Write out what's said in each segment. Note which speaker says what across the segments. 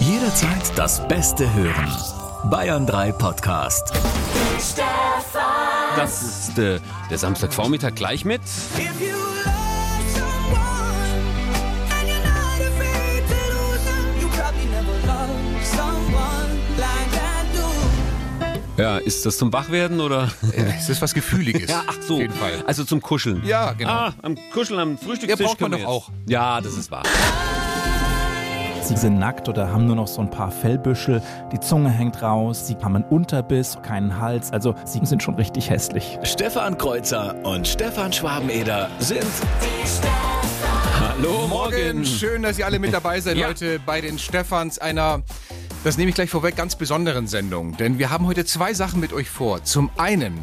Speaker 1: Jederzeit das Beste hören. Bayern 3 Podcast.
Speaker 2: Das ist äh, der Samstagvormittag gleich mit.
Speaker 3: If you love someone and you're not afraid to lose them, you probably never loved someone like I do.
Speaker 2: Ja, ist das zum Wachwerden oder?
Speaker 4: Es ist was Gefühliges.
Speaker 2: Ja, ach so.
Speaker 4: Auf jeden Fall.
Speaker 2: Also zum Kuscheln.
Speaker 4: Ja, genau.
Speaker 2: Ah, am Kuscheln am Frühstückstisch.
Speaker 4: Ja, braucht man
Speaker 2: können wir
Speaker 4: doch
Speaker 2: jetzt. Ja, das ist wahr.
Speaker 5: Sie sind nackt oder haben nur noch so ein paar Fellbüschel, die Zunge hängt raus, sie haben einen Unterbiss, keinen Hals, also sie sind schon richtig hässlich.
Speaker 1: Stefan Kreuzer und Stefan Schwabeneder sind Hallo
Speaker 4: Morgen, schön, dass ihr alle mit dabei seid
Speaker 2: Ja.
Speaker 4: heute bei den Stefans einer, das nehme ich gleich vorweg, ganz besonderen Sendung. Denn wir haben heute zwei Sachen mit euch vor. Zum einen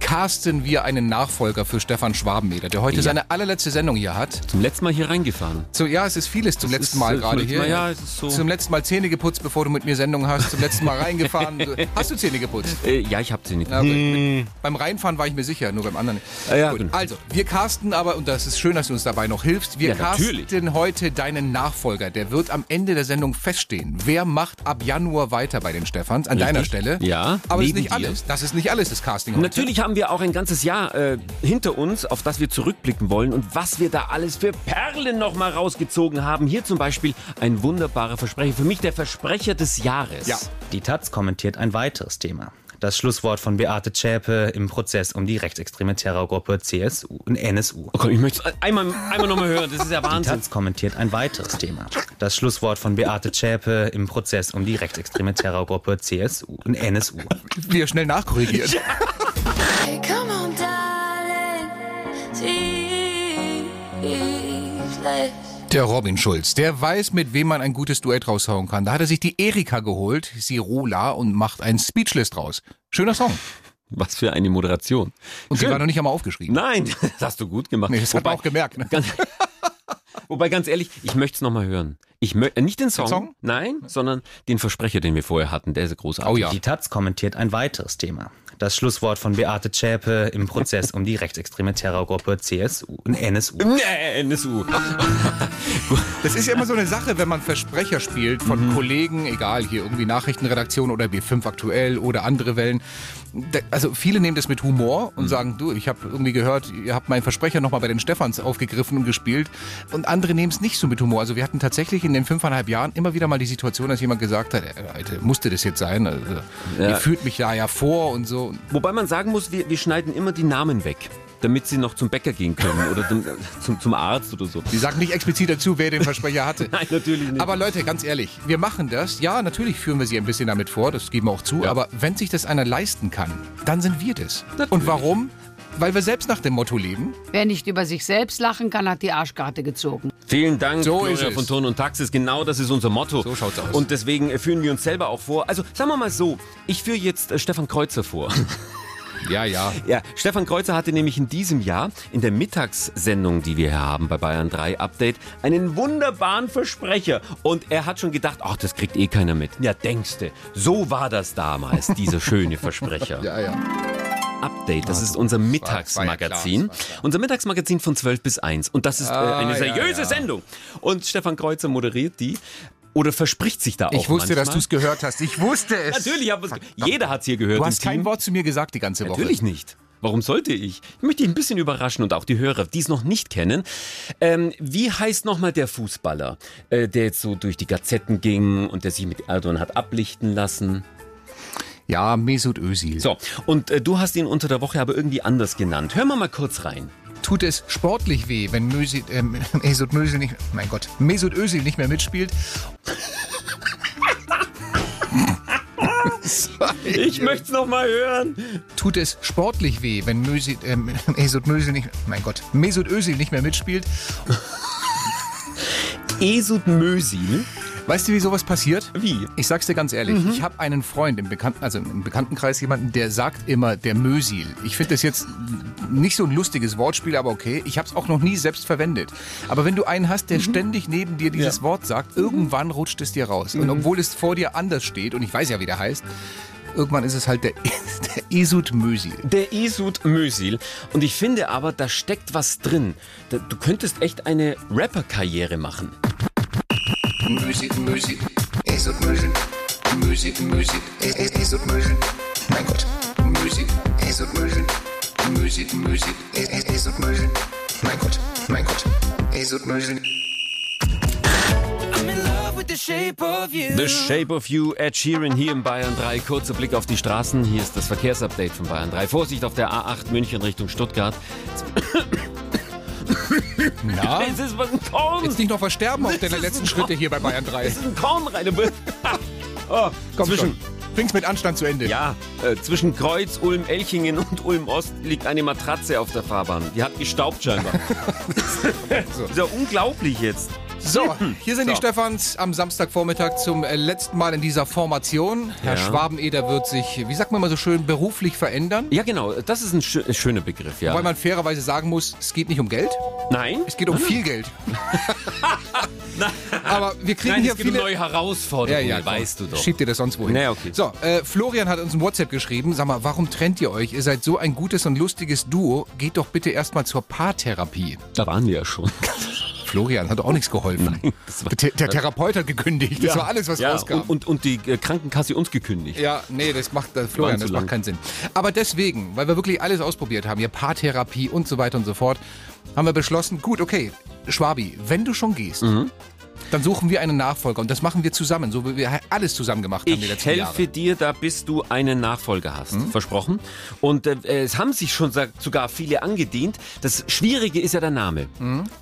Speaker 4: casten wir einen Nachfolger für Stefan Schwabeneder, der heute seine allerletzte Sendung hier hat.
Speaker 2: Zum letzten Mal hier reingefahren.
Speaker 4: So, ja, es ist vieles zum
Speaker 2: ist,
Speaker 4: letzten Mal
Speaker 2: äh,
Speaker 4: gerade
Speaker 2: zum
Speaker 4: hier.
Speaker 2: letzten Mal, ja, es ist so.
Speaker 4: Zum letzten Mal Zähne geputzt, bevor du mit mir Sendung hast. Zum letzten Mal reingefahren. Du- Hast du Zähne geputzt?
Speaker 2: Äh, ja, ich hab sie nicht.
Speaker 4: Ja, gut. Beim Reinfahren war ich mir sicher, nur beim anderen. nicht.
Speaker 2: Ah, ja,
Speaker 4: Gut,
Speaker 2: genau.
Speaker 4: also, wir casten aber, und das ist schön, dass du uns dabei noch hilfst, wir
Speaker 2: Ja,
Speaker 4: casten
Speaker 2: natürlich.
Speaker 4: heute deinen Nachfolger. Der wird am Ende der Sendung feststehen. Wer macht ab Januar weiter bei den Stefans? An deiner Stelle.
Speaker 2: Ja,
Speaker 4: Aber das ist
Speaker 2: neben
Speaker 4: nicht
Speaker 2: dir.
Speaker 4: alles. Das ist nicht alles, das Casting heute.
Speaker 2: Natürlich haben wir auch ein ganzes Jahr äh, hinter uns, auf das wir zurückblicken wollen und was wir da alles für Perlen nochmal rausgezogen haben. Hier zum Beispiel ein wunderbarer Versprecher. Für mich der Versprecher des Jahres.
Speaker 4: Ja.
Speaker 6: Die Taz kommentiert ein weiteres Thema. Das Schlusswort von Beate Zschäpe im Prozess um die rechtsextreme Terrorgruppe CSU und NSU.
Speaker 2: Oh Gott, ich möchte es einmal, einmal nochmal hören. Das ist ja
Speaker 6: Die
Speaker 2: Wahnsinn.
Speaker 6: Taz kommentiert ein weiteres Thema. Das Schlusswort von Beate Zschäpe im Prozess um die rechtsextreme Terrorgruppe CSU und NSU.
Speaker 4: Wir schnell nachkorrigieren.
Speaker 7: Hey, come on, darling. Sleepless.
Speaker 4: Der Robin Schulz, der weiß, mit wem man ein gutes Duett raushauen kann. Da hat er sich die Erika geholt, Sirola, und macht ein Speechless draus. Schöner Song.
Speaker 2: Was für eine Moderation.
Speaker 4: Und sie
Speaker 2: Schön.
Speaker 4: war noch nicht einmal aufgeschrieben.
Speaker 2: Nein, das hast du gut gemacht.
Speaker 4: Nee, das hat man auch gemerkt. Ne?
Speaker 2: Ganz, wobei, ganz ehrlich, ich möchte es nochmal hören. Ich mö äh, nicht den Song,
Speaker 4: Song?
Speaker 2: nein, sondern den Versprecher, den wir vorher hatten. Der ist großartig.
Speaker 4: Oh ja.
Speaker 6: Die Taz kommentiert ein weiteres Thema. Das Schlusswort von Beate Zschäpe im Prozess um die rechtsextreme Terrorgruppe CSU und NSU.
Speaker 2: Nee, NSU.
Speaker 4: Das ist ja immer so eine Sache, wenn man Versprecher spielt von Kollegen, egal hier irgendwie Nachrichtenredaktion oder B5 aktuell oder andere Wellen. Da- Also viele nehmen das mit Humor und sagen, du, ich habe irgendwie gehört, ihr habt meinen Versprecher nochmal bei den Stefans aufgegriffen und gespielt. Und andere nehmen es nicht so mit Humor. Also wir hatten tatsächlich in den fünfeinhalb Jahren immer wieder mal die Situation, dass jemand gesagt hat, äh, Alter, musste das jetzt sein? Also, Ihr führt mich da ja vor und so.
Speaker 2: Wobei man sagen muss, wir, wir schneiden immer die Namen weg, damit sie noch zum Bäcker gehen können oder zum, äh, zum, zum Arzt oder so.
Speaker 4: Die sagt nicht explizit dazu, wer den Versprecher hatte.
Speaker 2: Nein, natürlich nicht.
Speaker 4: Aber Leute, ganz ehrlich, wir machen das. Ja, natürlich führen wir sie ein bisschen damit vor, das geben wir auch zu.
Speaker 2: Ja.
Speaker 4: Aber wenn sich das einer leisten kann, dann sind wir das. Und warum? Weil wir selbst nach dem Motto leben.
Speaker 8: Wer nicht über sich selbst lachen kann, hat die Arschkarte gezogen.
Speaker 2: Vielen Dank,
Speaker 4: So
Speaker 2: Gloria
Speaker 4: ist es.
Speaker 2: von Ton und Taxis. Genau das ist unser Motto.
Speaker 4: So schaut's aus.
Speaker 2: Und deswegen äh, führen wir uns selber auch vor. Also sagen wir mal so, ich führe jetzt äh, Stefan Kreuzer vor.
Speaker 4: Ja, ja.
Speaker 2: Ja, Stefan Kreuzer hatte nämlich in diesem Jahr in der Mittagssendung, die wir hier haben bei Bayern 3 Update, einen wunderbaren Versprecher. Und er hat schon gedacht, ach, das kriegt eh keiner mit. Ja, denkste, so war das damals, dieser schöne Versprecher.
Speaker 4: Ja, ja.
Speaker 2: Update, das ist unser
Speaker 4: war ja
Speaker 2: Mittagsmagazin.
Speaker 4: klar, das war
Speaker 2: Unser Mittagsmagazin von 12 bis 1. Und das ist äh,
Speaker 4: Ah,
Speaker 2: eine
Speaker 4: ja,
Speaker 2: seriöse
Speaker 4: ja.
Speaker 2: Sendung. Und Stefan Kreuzer moderiert die. Oder verspricht sich da auch
Speaker 4: Ich wusste, dass du
Speaker 2: manchmal.
Speaker 4: es gehört hast. Ich wusste es.
Speaker 2: Natürlich, hab ich's ge- jeder hat es hier gehört.
Speaker 4: Du
Speaker 2: im
Speaker 4: hast
Speaker 2: Team.
Speaker 4: kein Wort zu mir gesagt die ganze Woche.
Speaker 2: Natürlich nicht. Warum sollte ich? Ich möchte dich ein bisschen überraschen und auch die Hörer, die es noch nicht kennen. Ähm, wie heißt nochmal der Fußballer, äh, der jetzt so durch die Gazetten ging und der sich mit Erdogan hat ablichten lassen?
Speaker 4: Ja, Mesut Özil.
Speaker 2: So, und äh, du hast ihn unter der Woche aber irgendwie anders genannt. Hör mal mal kurz rein.
Speaker 4: tut es sportlich weh, wenn Mösi, äh, Mesut Özil nicht, mein Gott, Mesut Özil nicht mehr mitspielt. Sorry.
Speaker 2: Ich möchte es nochmal hören.
Speaker 4: tut es sportlich weh, wenn Mösi, äh, Mesut Özil nicht, mein Gut, Mesut Özil nicht mehr mitspielt.
Speaker 2: Esut Mösil.
Speaker 4: Weißt du, wie sowas passiert?
Speaker 2: Wie?
Speaker 4: Ich sag's dir ganz ehrlich, ich habe einen Freund im Bekannten, also im Bekanntenkreis jemanden, der sagt immer der Mösil. Ich finde das jetzt nicht so ein lustiges Wortspiel, aber okay, ich habe es auch noch nie selbst verwendet. Aber wenn du einen hast, der ständig neben dir dieses Wort sagt, irgendwann rutscht es dir raus. Und obwohl es vor dir anders steht und ich weiß ja, wie der heißt, irgendwann ist es halt der, der Esut Mösil.
Speaker 2: Der Esut Mösil. Und ich finde aber, da steckt was drin. Da, du könntest echt eine Rapper-Karriere machen.
Speaker 4: Mösi, Mösi, Esut
Speaker 9: Esot Müsel. Müsig, Müsig, Es- Es- Esot Müsel. Mein Gott. Müsig, Esot Müsel. Müsig, Müsig, Es- Es- Esot Müsel. Mein Gott, mein Gott. Esot Müsel.
Speaker 3: I'm in love with the shape of you.
Speaker 2: The Shape of You, Ed Sheeran hier in Bayern 3. Kurzer Blick auf die Straßen. Hier ist das Verkehrsupdate von Bayern 3. Vorsicht auf der A8 München Richtung Stuttgart.
Speaker 4: Na?
Speaker 2: Es ist was ein Korn.
Speaker 4: Jetzt nicht noch versterben auf deine letzten Schritte hier bei Bayern 3.
Speaker 2: ein Korn rein. oh,
Speaker 4: Komm
Speaker 2: zwischen,
Speaker 4: schon. Bring's mit Anstand zu Ende.
Speaker 2: ja, äh, zwischen Kreuz, Ulm-Elchingen und Ulm-Ost liegt eine Matratze auf der Fahrbahn. Die hat gestaubt scheinbar. so. Ist ja unglaublich jetzt.
Speaker 4: Mhm. So, hier sind
Speaker 2: So.
Speaker 4: die Stefans am Samstagvormittag zum äh, letzten Mal in dieser Formation.
Speaker 2: Ja.
Speaker 4: Herr Schwabeneder wird sich, wie sagt man mal so schön, beruflich verändern.
Speaker 2: Ja, genau. Das ist ein schö schöner Begriff, ja.
Speaker 4: Weil man fairerweise sagen muss, es geht nicht um Geld,
Speaker 2: Nein?
Speaker 4: es geht um viel Geld. Aber wir kriegen
Speaker 2: Nein,
Speaker 4: hier
Speaker 2: es gibt
Speaker 4: viele...
Speaker 2: neue Herausforderungen,
Speaker 4: komm.
Speaker 2: weißt du doch.
Speaker 4: Schieb dir das sonst wohin.
Speaker 2: Naja, okay.
Speaker 4: So, äh, Florian hat uns ein WhatsApp geschrieben. Sag mal, warum trennt ihr euch? Ihr seid so ein gutes und lustiges Duo. Geht doch bitte erstmal zur Paartherapie.
Speaker 2: Da waren wir ja schon.
Speaker 4: Florian hat auch nichts geholfen.
Speaker 2: das war-
Speaker 4: der, der Therapeut hat gekündigt. Das war alles, was
Speaker 2: ja,
Speaker 4: rauskam.
Speaker 2: Und, und, und die äh, Krankenkasse uns gekündigt.
Speaker 4: Ja, nee, das macht, äh, Florian,
Speaker 2: zu
Speaker 4: das
Speaker 2: lang.
Speaker 4: macht keinen Sinn. Aber deswegen, weil wir wirklich alles ausprobiert haben, hier Paartherapie und so weiter und so fort, haben wir beschlossen, gut, okay, Schwabi, wenn du schon gehst,
Speaker 2: Mhm.
Speaker 4: dann suchen wir einen Nachfolger und das machen wir zusammen, so wie wir alles zusammen gemacht haben die
Speaker 2: Ich
Speaker 4: letzten
Speaker 2: helfe
Speaker 4: Jahre. Mhm.
Speaker 2: dir da, bis du einen Nachfolger hast. Versprochen. Und äh, es haben sich schon sa- sogar viele angedient. Das Schwierige ist ja der Name.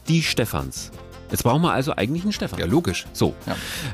Speaker 2: Die Stefans. Jetzt brauchen wir also eigentlich einen Stefan.
Speaker 4: Mhm. Ja, logisch.
Speaker 2: So.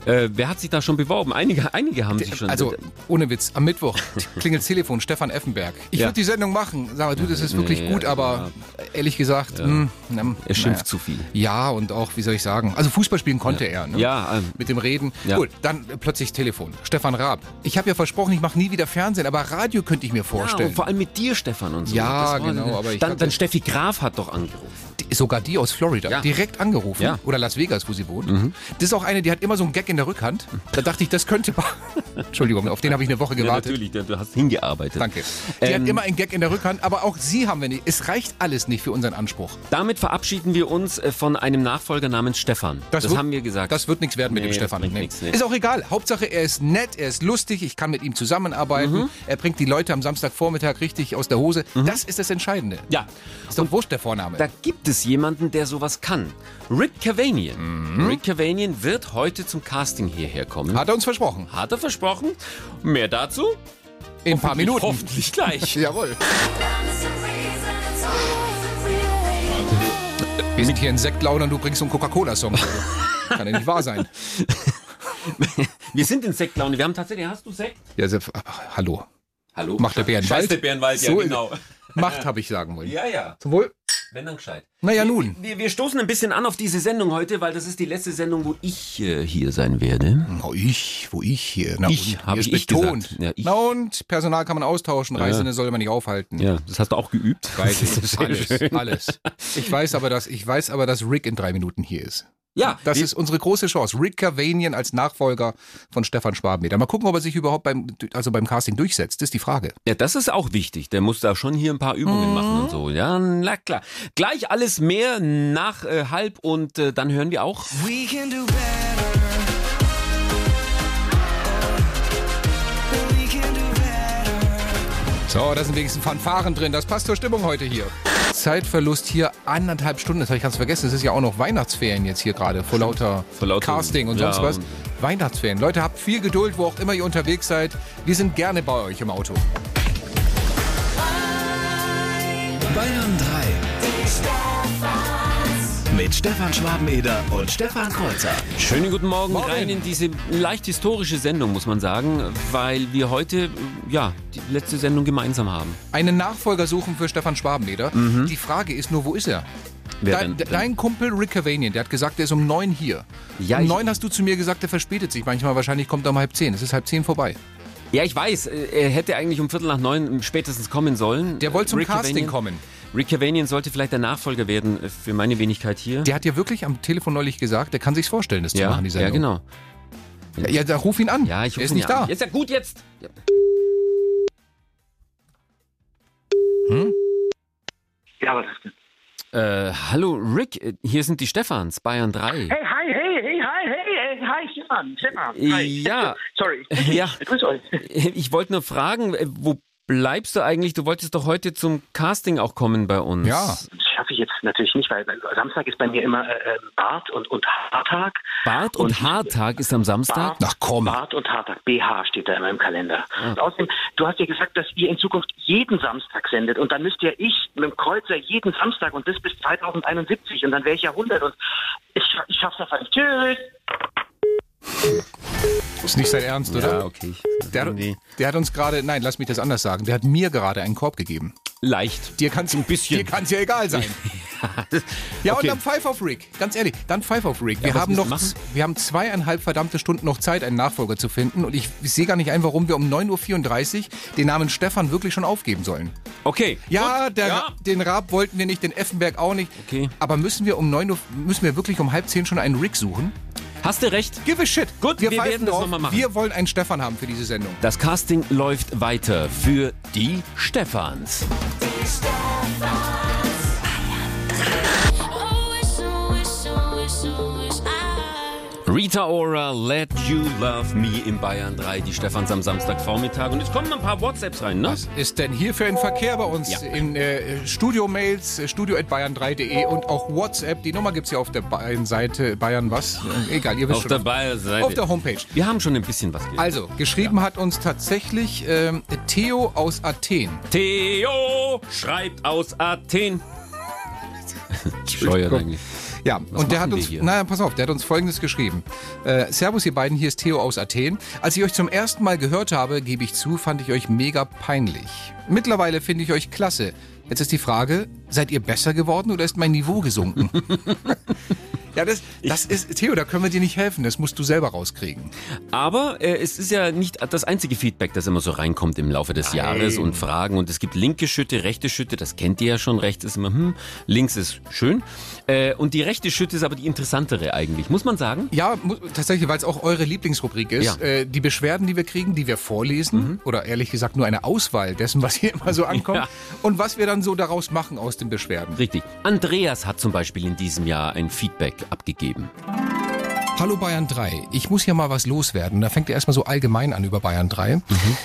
Speaker 2: Äh, wer hat sich da schon beworben? Einige, einige haben sich schon.
Speaker 4: Also, ohne Witz, am Mittwoch klingelt das Telefon, Stefan Effenberg. Ich
Speaker 2: Ja.
Speaker 4: würde die Sendung machen. Sag mal, du, das ist wirklich
Speaker 2: Nee,
Speaker 4: gut,
Speaker 2: ja.
Speaker 4: aber ehrlich gesagt, mh, na,
Speaker 2: er schimpft
Speaker 4: naja.
Speaker 2: zu viel.
Speaker 4: Ja, und auch, wie soll ich sagen, also Fußball spielen konnte er, ne?
Speaker 2: Ja, ähm,
Speaker 4: Mit dem Reden.
Speaker 2: Ja.
Speaker 4: Gut, dann äh, plötzlich Telefon. Stefan Raab. Ich habe ja versprochen, ich mache nie wieder Fernsehen, aber Radio könnte ich mir
Speaker 2: Ja, und
Speaker 4: vorstellen.
Speaker 2: vor allem mit dir, Stefan, und so.
Speaker 4: Ja,
Speaker 2: Das war-
Speaker 4: genau, aber ich
Speaker 2: dann,
Speaker 4: hatte-
Speaker 2: dann Steffi Graf hat doch angerufen.
Speaker 4: Die- Sogar die aus Florida,
Speaker 2: Ja.
Speaker 4: direkt angerufen.
Speaker 2: Ja. Mhm.
Speaker 4: Oder Las Vegas, wo sie wohnt. Das ist auch eine, die hat immer so einen Gag in der Rückhand. Da dachte ich, das könnte... Entschuldigung, auf den habe ich eine Woche gewartet.
Speaker 2: du- du hast hingearbeitet. Ähm,
Speaker 4: Danke. Die hat immer einen Gag in der Rückhand, aber auch sie haben wir nicht. Es reicht alles nicht für unseren Anspruch.
Speaker 2: Damit verabschieden wir uns äh, von einem Nachfolger namens Stefan. Das,
Speaker 4: wird-
Speaker 2: haben wir gesagt.
Speaker 4: Das wird nichts werden mit
Speaker 2: Nee,
Speaker 4: dem
Speaker 2: das
Speaker 4: Stefan.
Speaker 2: bringt nichts, nee.
Speaker 4: Ist auch egal. Hauptsache, er ist nett, er ist lustig, ich kann mit ihm zusammenarbeiten.
Speaker 2: Mhm.
Speaker 4: Er bringt die Leute am Samstagvormittag richtig aus der Hose. Das ist das Entscheidende.
Speaker 2: ja,
Speaker 4: Ist doch wurscht, der Vorname.
Speaker 2: da gibt es jemanden, der sowas kann. Rick Cavanian. Rick Cavanian wird heute zum Casting hierher kommen.
Speaker 4: Hat er uns versprochen.
Speaker 2: Mhm. Hat er versprochen. Mehr dazu?
Speaker 4: In ein paar Minuten.
Speaker 2: Hoffentlich gleich.
Speaker 4: Jawohl.
Speaker 7: It's real.
Speaker 4: Wir sind hier in Sektlaune und du bringst so einen Coca-Cola-Song. kann ja nicht wahr sein.
Speaker 2: Wir sind in Sektlaune. Wir haben tatsächlich. Hast du Sekt?
Speaker 4: Ja, Sepp, ach, hallo.
Speaker 2: Hallo.
Speaker 4: Macht der Bärenwald?
Speaker 2: Scheiß der Bärenwald, ja,
Speaker 4: So ist-
Speaker 2: genau.
Speaker 4: Macht, habe ich sagen wollen.
Speaker 2: Ja, ja.
Speaker 4: Zum Wohl.
Speaker 2: Wenn dann gescheit.
Speaker 4: Naja, nun.
Speaker 2: Wir, wir stoßen ein bisschen an auf diese Sendung heute, weil das ist die letzte Sendung, wo ich äh, hier sein werde.
Speaker 4: Oh, ich, wo ich hier. Na,
Speaker 2: Ich,
Speaker 4: und,
Speaker 2: hab
Speaker 4: Hier ist
Speaker 2: ich ich
Speaker 4: betont.
Speaker 2: gesagt. Ja, ich.
Speaker 4: Na und, Personal kann man austauschen, Reisende soll man nicht aufhalten.
Speaker 2: Ja, das hast du auch geübt.
Speaker 4: Weiß ich, alles, alles. Ich weiß, aber, dass, ich weiß aber, dass Rick in drei Minuten hier ist.
Speaker 2: Ja,
Speaker 4: Das
Speaker 2: wir-
Speaker 4: ist unsere große Chance. Rick Cavanian als Nachfolger von Stefan Schwabeneder. Mal gucken, ob er sich überhaupt beim, also beim Casting durchsetzt. Das ist die Frage.
Speaker 2: ja, das ist auch wichtig. Der muss da schon hier ein paar Übungen machen und so. Ja, na klar. Gleich alles mehr nach äh, halb und äh, dann hören wir auch.
Speaker 3: We can do better. We can do better.
Speaker 4: So, da sind wenigstens Fanfaren drin. Das passt zur Stimmung heute hier. Zeitverlust hier anderthalb Stunden. Das habe ich ganz vergessen. Es ist ja auch noch Weihnachtsferien jetzt hier gerade. Vor lauter
Speaker 2: Vor lauter-
Speaker 4: Casting und
Speaker 2: ja,
Speaker 4: sonst was.
Speaker 2: und-
Speaker 4: Weihnachtsferien. Leute, habt viel Geduld, wo auch immer ihr unterwegs seid. Wir sind gerne bei euch im Auto.
Speaker 1: Bayern 3. Mit Stefan Schwabeneder und Stefan Kreuzer.
Speaker 2: Schönen guten Morgen,
Speaker 4: Morgen.
Speaker 2: rein in diese leicht historische Sendung, muss man sagen, weil wir heute, ja, die letzte Sendung gemeinsam haben.
Speaker 4: Einen Nachfolger suchen für Stefan Schwabenleder. Die Frage ist nur, wo ist er?
Speaker 2: Mhm. Wer
Speaker 4: Dein,
Speaker 2: denn?
Speaker 4: dein Kumpel Rick Cavanian, der hat gesagt, der ist um neun hier.
Speaker 2: Ja,
Speaker 4: um
Speaker 2: ich-
Speaker 4: neun hast du zu mir gesagt, der verspätet sich manchmal. Wahrscheinlich kommt er um halb zehn. Es ist halb zehn vorbei.
Speaker 2: Ja, ich weiß, äh, er hätte eigentlich um Viertel nach neun spätestens kommen sollen.
Speaker 4: Der wollte zum
Speaker 2: Rick
Speaker 4: Casting
Speaker 2: Cavanian-
Speaker 4: kommen.
Speaker 2: Rick Cavanian sollte vielleicht der Nachfolger werden äh, für meine Wenigkeit hier.
Speaker 4: Der hat dir wirklich am Telefon neulich gesagt, der kann sich's vorstellen, das zu machen, die
Speaker 2: ja,
Speaker 4: Sendung.
Speaker 2: genau.
Speaker 4: Ja, ja, da ruf ihn an.
Speaker 2: Ja, ich
Speaker 4: er
Speaker 2: ruf
Speaker 4: ist
Speaker 2: ihn
Speaker 4: nicht
Speaker 2: ja
Speaker 4: da.
Speaker 2: an. Jetzt ja gut jetzt. Ja.
Speaker 10: Ja, was ist denn?
Speaker 2: Äh, hallo Rick, äh, hier sind die Stefans, Bayern 3.
Speaker 10: Hey, hi, hey, hey, hi, hey, hey, hi, Stefan, Stefan. Hi.
Speaker 2: Ja.
Speaker 10: Sorry.
Speaker 2: Ja.
Speaker 10: Grüß euch.
Speaker 2: Ich wollte nur fragen, äh, wo bleibst du eigentlich? Du wolltest doch heute zum Casting auch kommen bei uns.
Speaker 10: Ja. Das schaffe ich jetzt natürlich nicht, weil Samstag ist bei mir immer äh, äh, Bart und, und Haartag.
Speaker 2: Bart und, Haartag ist am Samstag.
Speaker 10: Bart,
Speaker 2: Ah,
Speaker 10: Bart und Hartag. BH steht da immer im Kalender. Und außerdem, du hast ja gesagt, dass ihr in Zukunft jeden Samstag sendet. Und dann müsste ja ich mit dem Kreuzer jeden Samstag und das bis 2071. Und dann wäre ich ja 100. Und ich, scha- ich schaff's einfach nicht. Tschüss.
Speaker 4: Ist nicht sein Ernst, oder?
Speaker 2: Ja, okay.
Speaker 4: Der, hat- der hat uns gerade, nein, lass mich das anders sagen. Der hat mir gerade einen Korb gegeben.
Speaker 2: Leicht.
Speaker 4: Dir kann's ein bisschen. Dir kann's ja egal sein. Ja,
Speaker 2: Okay.
Speaker 4: und dann pfeif auf Rick. Ganz ehrlich, dann pfeif auf Rick.
Speaker 2: Ja,
Speaker 4: Wir,
Speaker 2: was
Speaker 4: haben
Speaker 2: willst
Speaker 4: noch,
Speaker 2: du machen?
Speaker 4: wir haben zweieinhalb verdammte Stunden noch Zeit, einen Nachfolger zu finden. Und ich, ich sehe gar nicht ein, warum wir um 9.34 Uhr den Namen Stefan wirklich schon aufgeben sollen.
Speaker 2: Okay.
Speaker 4: Ja,
Speaker 2: Gut.
Speaker 4: der,
Speaker 2: ja.
Speaker 4: den Raab wollten wir nicht, den Effenberg auch nicht.
Speaker 2: Okay.
Speaker 4: Aber müssen wir um 9 Uhr, müssen wir wirklich um halb zehn schon einen Rick suchen?
Speaker 2: Hast du recht.
Speaker 4: Give a shit.
Speaker 2: Gut, wir
Speaker 4: pfeifen
Speaker 2: werden das
Speaker 4: drauf.
Speaker 2: noch mal machen.
Speaker 4: Wir wollen einen Stefan haben für diese Sendung.
Speaker 2: Das Casting läuft weiter für die Stefans. Rita Ora, Let You Love Me in Bayern 3, die Stefans am Samstagvormittag. Und jetzt kommen ein paar WhatsApps rein, ne?
Speaker 4: Ist denn hier für ein Verkehr bei uns
Speaker 2: Ja.
Speaker 4: in äh, Studio-Mails, äh, studio.bayern3.de und auch WhatsApp. Die Nummer gibt's ja auf der Bayern-Seite. Bayern was? Äh, Egal, ihr wisst
Speaker 2: Auf
Speaker 4: schon.
Speaker 2: der Bayern-Seite.
Speaker 4: Auf der Homepage.
Speaker 2: Wir haben schon ein bisschen was gehört.
Speaker 4: Also, geschrieben hat uns tatsächlich ähm, Theo aus Athen.
Speaker 2: Theo schreibt aus Athen. Scheuert eigentlich.
Speaker 4: Ja, und
Speaker 2: machen
Speaker 4: der hat
Speaker 2: wir
Speaker 4: uns,
Speaker 2: hier?
Speaker 4: naja, pass auf, der hat uns Folgendes geschrieben. Äh, Servus, ihr beiden, hier ist Theo aus Athen. Als ich euch zum ersten Mal gehört habe, gebe ich zu, fand ich euch mega peinlich. Mittlerweile finde ich euch klasse. Jetzt ist die Frage, seid ihr besser geworden oder ist mein Niveau gesunken? ja, das, das ist, Theo, da können wir dir nicht helfen, das musst du selber rauskriegen.
Speaker 2: Aber äh, es ist ja nicht das einzige Feedback, das immer so reinkommt im Laufe des Jahres und Fragen. Und es gibt linke Schütte, rechte Schütte, das kennt ihr ja schon. Rechts ist immer, hm, links ist schön. Äh, und die rechte Schütte ist aber die interessantere eigentlich, muss man sagen.
Speaker 4: Ja, mu- tatsächlich, weil es auch eure Lieblingsrubrik ist.
Speaker 2: Ja. Mhm.
Speaker 4: Äh, die Beschwerden, die wir kriegen, die wir vorlesen, oder ehrlich gesagt nur eine Auswahl dessen, was hier immer so ankommt,
Speaker 2: Ja.
Speaker 4: und was wir dann so daraus machen aus den Beschwerden.
Speaker 2: Richtig. Andreas hat zum Beispiel in diesem Jahr ein Feedback abgegeben.
Speaker 4: Hallo Bayern 3, ich muss hier mal was loswerden. Da fängt er erstmal so allgemein an über Bayern 3.
Speaker 2: Mhm.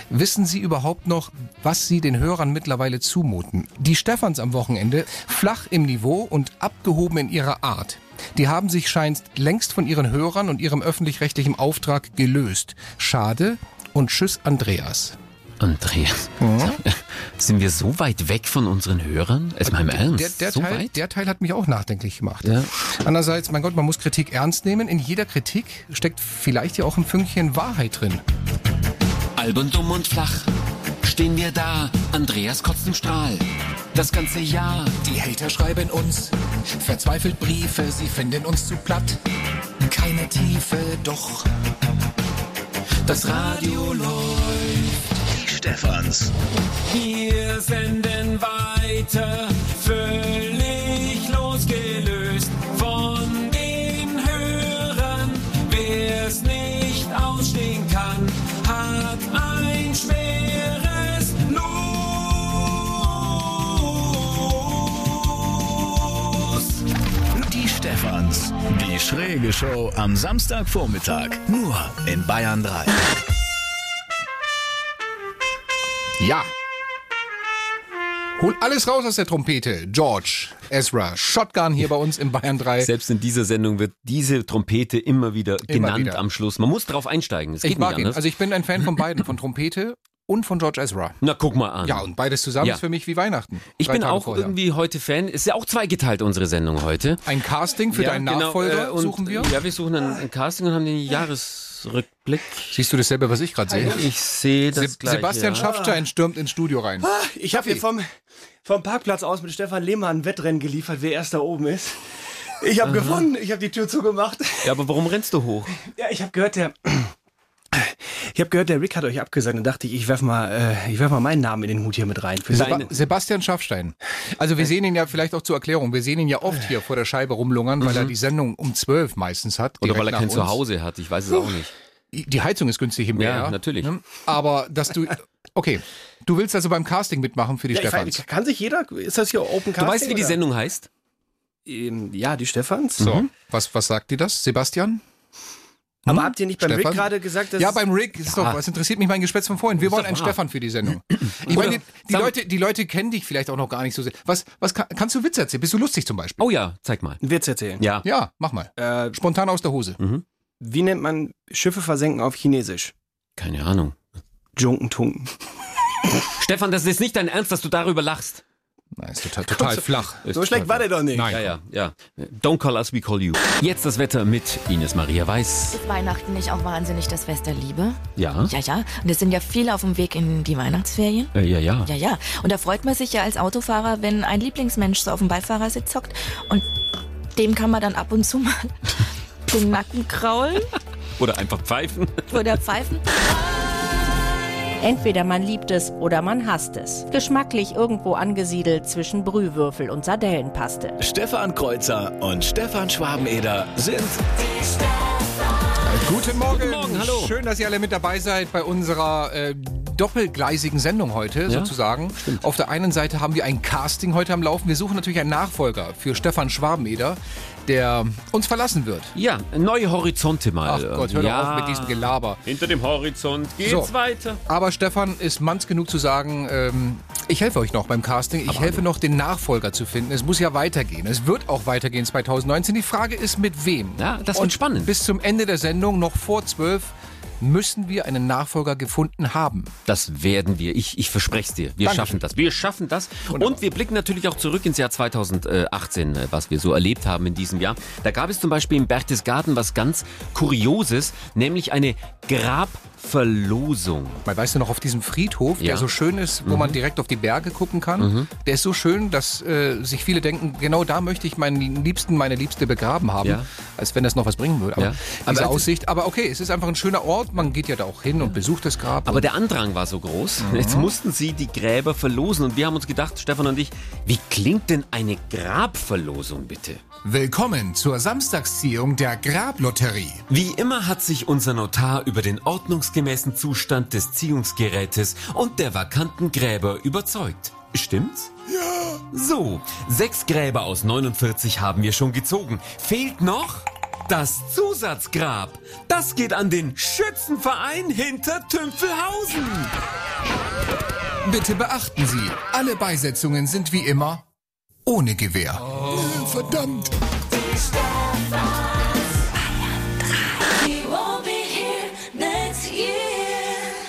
Speaker 4: Wissen Sie überhaupt noch, was Sie den Hörern mittlerweile zumuten? Die Stefans am Wochenende, flach im Niveau und abgehoben in ihrer Art. Die haben sich scheinst längst von ihren Hörern und ihrem öffentlich-rechtlichen Auftrag gelöst. Schade und tschüss Andreas.
Speaker 2: Andreas, sind wir so weit weg von unseren Hörern? Ist mein Ernst?
Speaker 4: Der, der,
Speaker 2: Hm, so
Speaker 4: Teil,
Speaker 2: weit?
Speaker 4: der Teil hat mich auch nachdenklich gemacht.
Speaker 2: Ja.
Speaker 4: Andererseits, mein Gott, man muss Kritik ernst nehmen. In jeder Kritik steckt vielleicht ja auch ein Fünkchen Wahrheit drin.
Speaker 2: Albern, dumm und flach stehen wir da. Andreas kotzt im Strahl. Das ganze Jahr.
Speaker 11: Die Hater schreiben uns verzweifelt Briefe, sie finden uns zu platt. Keine Tiefe, doch
Speaker 2: Das Radio läuft.
Speaker 11: die Stefans.
Speaker 2: Wir senden weiter. Völlig losgelöst von den Hörern. Wer es nicht ausstehen kann, hat ein schweres Los.
Speaker 11: Die Stefans. Die schräge Show am Samstagvormittag. Nur in Bayern 3.
Speaker 4: Ja. Hol alles raus aus der Trompete. George, Ezra, Shotgun hier bei uns im Bayern 3.
Speaker 2: Selbst in dieser Sendung wird diese Trompete immer wieder genannt
Speaker 4: wieder.
Speaker 2: am Schluss. Man muss drauf einsteigen. Es geht
Speaker 4: Ich
Speaker 2: nicht
Speaker 4: mag ihn.
Speaker 2: anders.
Speaker 4: Also ich bin ein Fan von beiden, von Trompete und von George Ezra.
Speaker 2: Na, guck mal an.
Speaker 4: Ja, und beides zusammen
Speaker 2: Ja.
Speaker 4: ist für mich wie Weihnachten.
Speaker 2: ich
Speaker 4: Drei
Speaker 2: bin
Speaker 4: Tage
Speaker 2: auch
Speaker 4: vorher.
Speaker 2: irgendwie heute Fan. Ist ja auch zweigeteilt, unsere Sendung heute.
Speaker 4: Ein Casting für
Speaker 2: ja,
Speaker 4: deinen
Speaker 2: genau,
Speaker 4: Nachfolger
Speaker 2: äh, und,
Speaker 4: suchen wir.
Speaker 2: Ja, wir suchen ein, ein Casting und haben den Jahresrückblick.
Speaker 4: Siehst du dasselbe, was ich gerade sehe?
Speaker 2: Ich sehe das
Speaker 4: Se
Speaker 2: gleich.
Speaker 4: Sebastian
Speaker 2: ja.
Speaker 4: Schaffstein stürmt ins Studio rein.
Speaker 12: Ich habe hier vom, vom Parkplatz aus mit Stefan Lehmann ein Wettrennen geliefert, wer erst da oben ist. Ich habe gewonnen, ich habe die Tür zugemacht.
Speaker 2: Ja, aber warum rennst du hoch?
Speaker 12: Ja, ich habe gehört, der. Ich habe gehört, der Rick hat euch abgesagt und dachte ich, ich werf mal, äh, ich werf mal meinen Namen in den Hut hier mit rein. Für
Speaker 4: Seba
Speaker 12: seine-
Speaker 4: Sebastian Schaffstein. Also wir sehen ihn ja vielleicht auch zur Erklärung. Wir sehen ihn ja oft hier vor der Scheibe rumlungern, weil er die Sendung um zwölf meistens hat.
Speaker 2: Oder
Speaker 4: direkt
Speaker 2: weil er
Speaker 4: nach
Speaker 2: kein
Speaker 4: uns.
Speaker 2: Zuhause hat, ich weiß es auch nicht.
Speaker 4: Die Heizung ist günstig im
Speaker 2: Ja,
Speaker 4: BR.
Speaker 2: natürlich.
Speaker 4: ne? Aber dass du. Okay, du willst also beim Casting mitmachen für die
Speaker 12: ja, ich
Speaker 4: Stefans.
Speaker 12: weiß, kann sich jeder? Ist das hier Open Casting?
Speaker 2: Du weißt, wie die
Speaker 12: oder?
Speaker 2: Sendung heißt?
Speaker 12: Ähm, ja, die Stefans.
Speaker 4: So, was, was sagt dir das, Sebastian? Hm?
Speaker 12: Aber habt ihr nicht beim Rick
Speaker 4: Stefan?
Speaker 12: gerade gesagt, dass.
Speaker 4: Ja, beim Rick ist doch, was interessiert mich mein Gespätz von vorhin? Wir
Speaker 12: Ist
Speaker 4: wollen
Speaker 12: doch
Speaker 4: einen
Speaker 12: wahr.
Speaker 4: Stefan für die Sendung. Ich
Speaker 12: Oder-
Speaker 4: meine, die, die, Leute, die Leute kennen dich vielleicht auch noch gar nicht so sehr. Was, was kann, kannst du Witze erzählen? Bist du lustig zum Beispiel?
Speaker 2: Oh ja, zeig mal.
Speaker 12: Witz erzählen.
Speaker 2: Ja.
Speaker 4: Ja, mach mal.
Speaker 12: Äh,
Speaker 4: Spontan aus der Hose.
Speaker 12: Wie nennt man Schiffe versenken auf Chinesisch?
Speaker 2: Keine Ahnung.
Speaker 12: Junkentunken.
Speaker 2: Stefan, das ist nicht dein Ernst, dass du darüber lachst.
Speaker 4: Nein, ist total, total flach.
Speaker 12: So schlecht war der doch nicht.
Speaker 2: Nein. Ja, ja, ja. Don't call us, we call you. Jetzt das Wetter mit Ines Maria Weiß.
Speaker 13: Ist Weihnachten nicht auch wahnsinnig das Fest der Liebe?
Speaker 2: Ja.
Speaker 13: Ja, ja. Und es sind ja viele auf dem Weg in die Weihnachtsferien.
Speaker 2: Äh, ja, ja.
Speaker 13: Ja, ja. Und da freut man sich ja als Autofahrer, wenn ein Lieblingsmensch so auf dem Beifahrersitz hockt und dem kann man dann ab und zu mal den Nacken kraulen
Speaker 2: Oder einfach pfeifen.
Speaker 13: oder pfeifen.
Speaker 14: Entweder man liebt es oder man hasst es. Geschmacklich irgendwo angesiedelt zwischen Brühwürfel und Sardellenpaste.
Speaker 1: Stefan Kreuzer und Stefan Schwabeneder sind
Speaker 4: Guten Morgen. Guten Morgen,
Speaker 1: hallo.
Speaker 4: Schön, dass ihr alle mit dabei seid bei unserer äh, doppelgleisigen Sendung heute sozusagen. Auf der einen Seite haben wir ein Casting heute am Laufen. Wir suchen natürlich einen Nachfolger für Stefan Schwabeneder, der uns verlassen wird.
Speaker 2: Ja, neue Horizonte mal. ähm,
Speaker 4: Ach Gott, hör
Speaker 2: ja.
Speaker 4: doch auf mit diesem Gelaber.
Speaker 2: Hinter dem Horizont
Speaker 4: So. Aber Stefan ist manns genug zu sagen, ähm, ich helfe euch noch beim Casting. Ich helfe noch, den Nachfolger zu finden. Es muss ja weitergehen. Es wird auch weitergehen 2019. Die Frage ist, mit wem?
Speaker 2: Ja, das wird
Speaker 4: Und
Speaker 2: spannend.
Speaker 4: Bis zum Ende der Sendung, noch vor zwölf, müssen wir einen Nachfolger gefunden haben.
Speaker 2: Das werden wir. Ich, ich verspreche es dir. Wir
Speaker 4: Dankeschön.
Speaker 2: schaffen das. Wir schaffen das. Und wir blicken natürlich auch zurück ins Jahr 2018, äh, was wir so erlebt haben in diesem Jahr. Da gab es zum Beispiel in Berchtesgaden was ganz Kurioses, nämlich eine Grabverlosung.
Speaker 4: Weil weißt du noch, auf diesem Friedhof,
Speaker 2: Ja.
Speaker 4: der so schön ist, wo man direkt auf die Berge gucken kann,
Speaker 2: Mhm.
Speaker 4: der ist so schön, dass äh, sich viele denken, genau da möchte ich meinen Liebsten, meine Liebste begraben haben.
Speaker 2: Ja.
Speaker 4: Als wenn das noch was bringen würde. Aber
Speaker 2: Ja.
Speaker 4: diese
Speaker 2: Aber-
Speaker 4: Aussicht, aber okay, es ist einfach ein schöner Ort, man geht ja da auch hin und besucht das Grab.
Speaker 2: Aber
Speaker 4: und
Speaker 2: der Andrang war so groß.
Speaker 4: Mhm.
Speaker 2: Jetzt mussten sie die Gräber verlosen. Und wir haben uns gedacht, Stefan und ich, wie klingt denn eine Grabverlosung bitte?
Speaker 11: Willkommen zur Samstagsziehung der Grablotterie.
Speaker 2: Wie immer hat sich unser Notar über den ordnungsgemäßen Zustand des Ziehungsgerätes und der vakanten Gräber überzeugt. Stimmt's? Ja. So, sechs Gräber aus 49 haben wir schon gezogen. Fehlt noch das Zusatzgrab. Das geht an den Schützenverein hinter Tümpfelhausen.
Speaker 11: Bitte beachten Sie, alle Beisetzungen sind wie immer ohne Gewehr. Verdammt!
Speaker 7: We won't be here next year.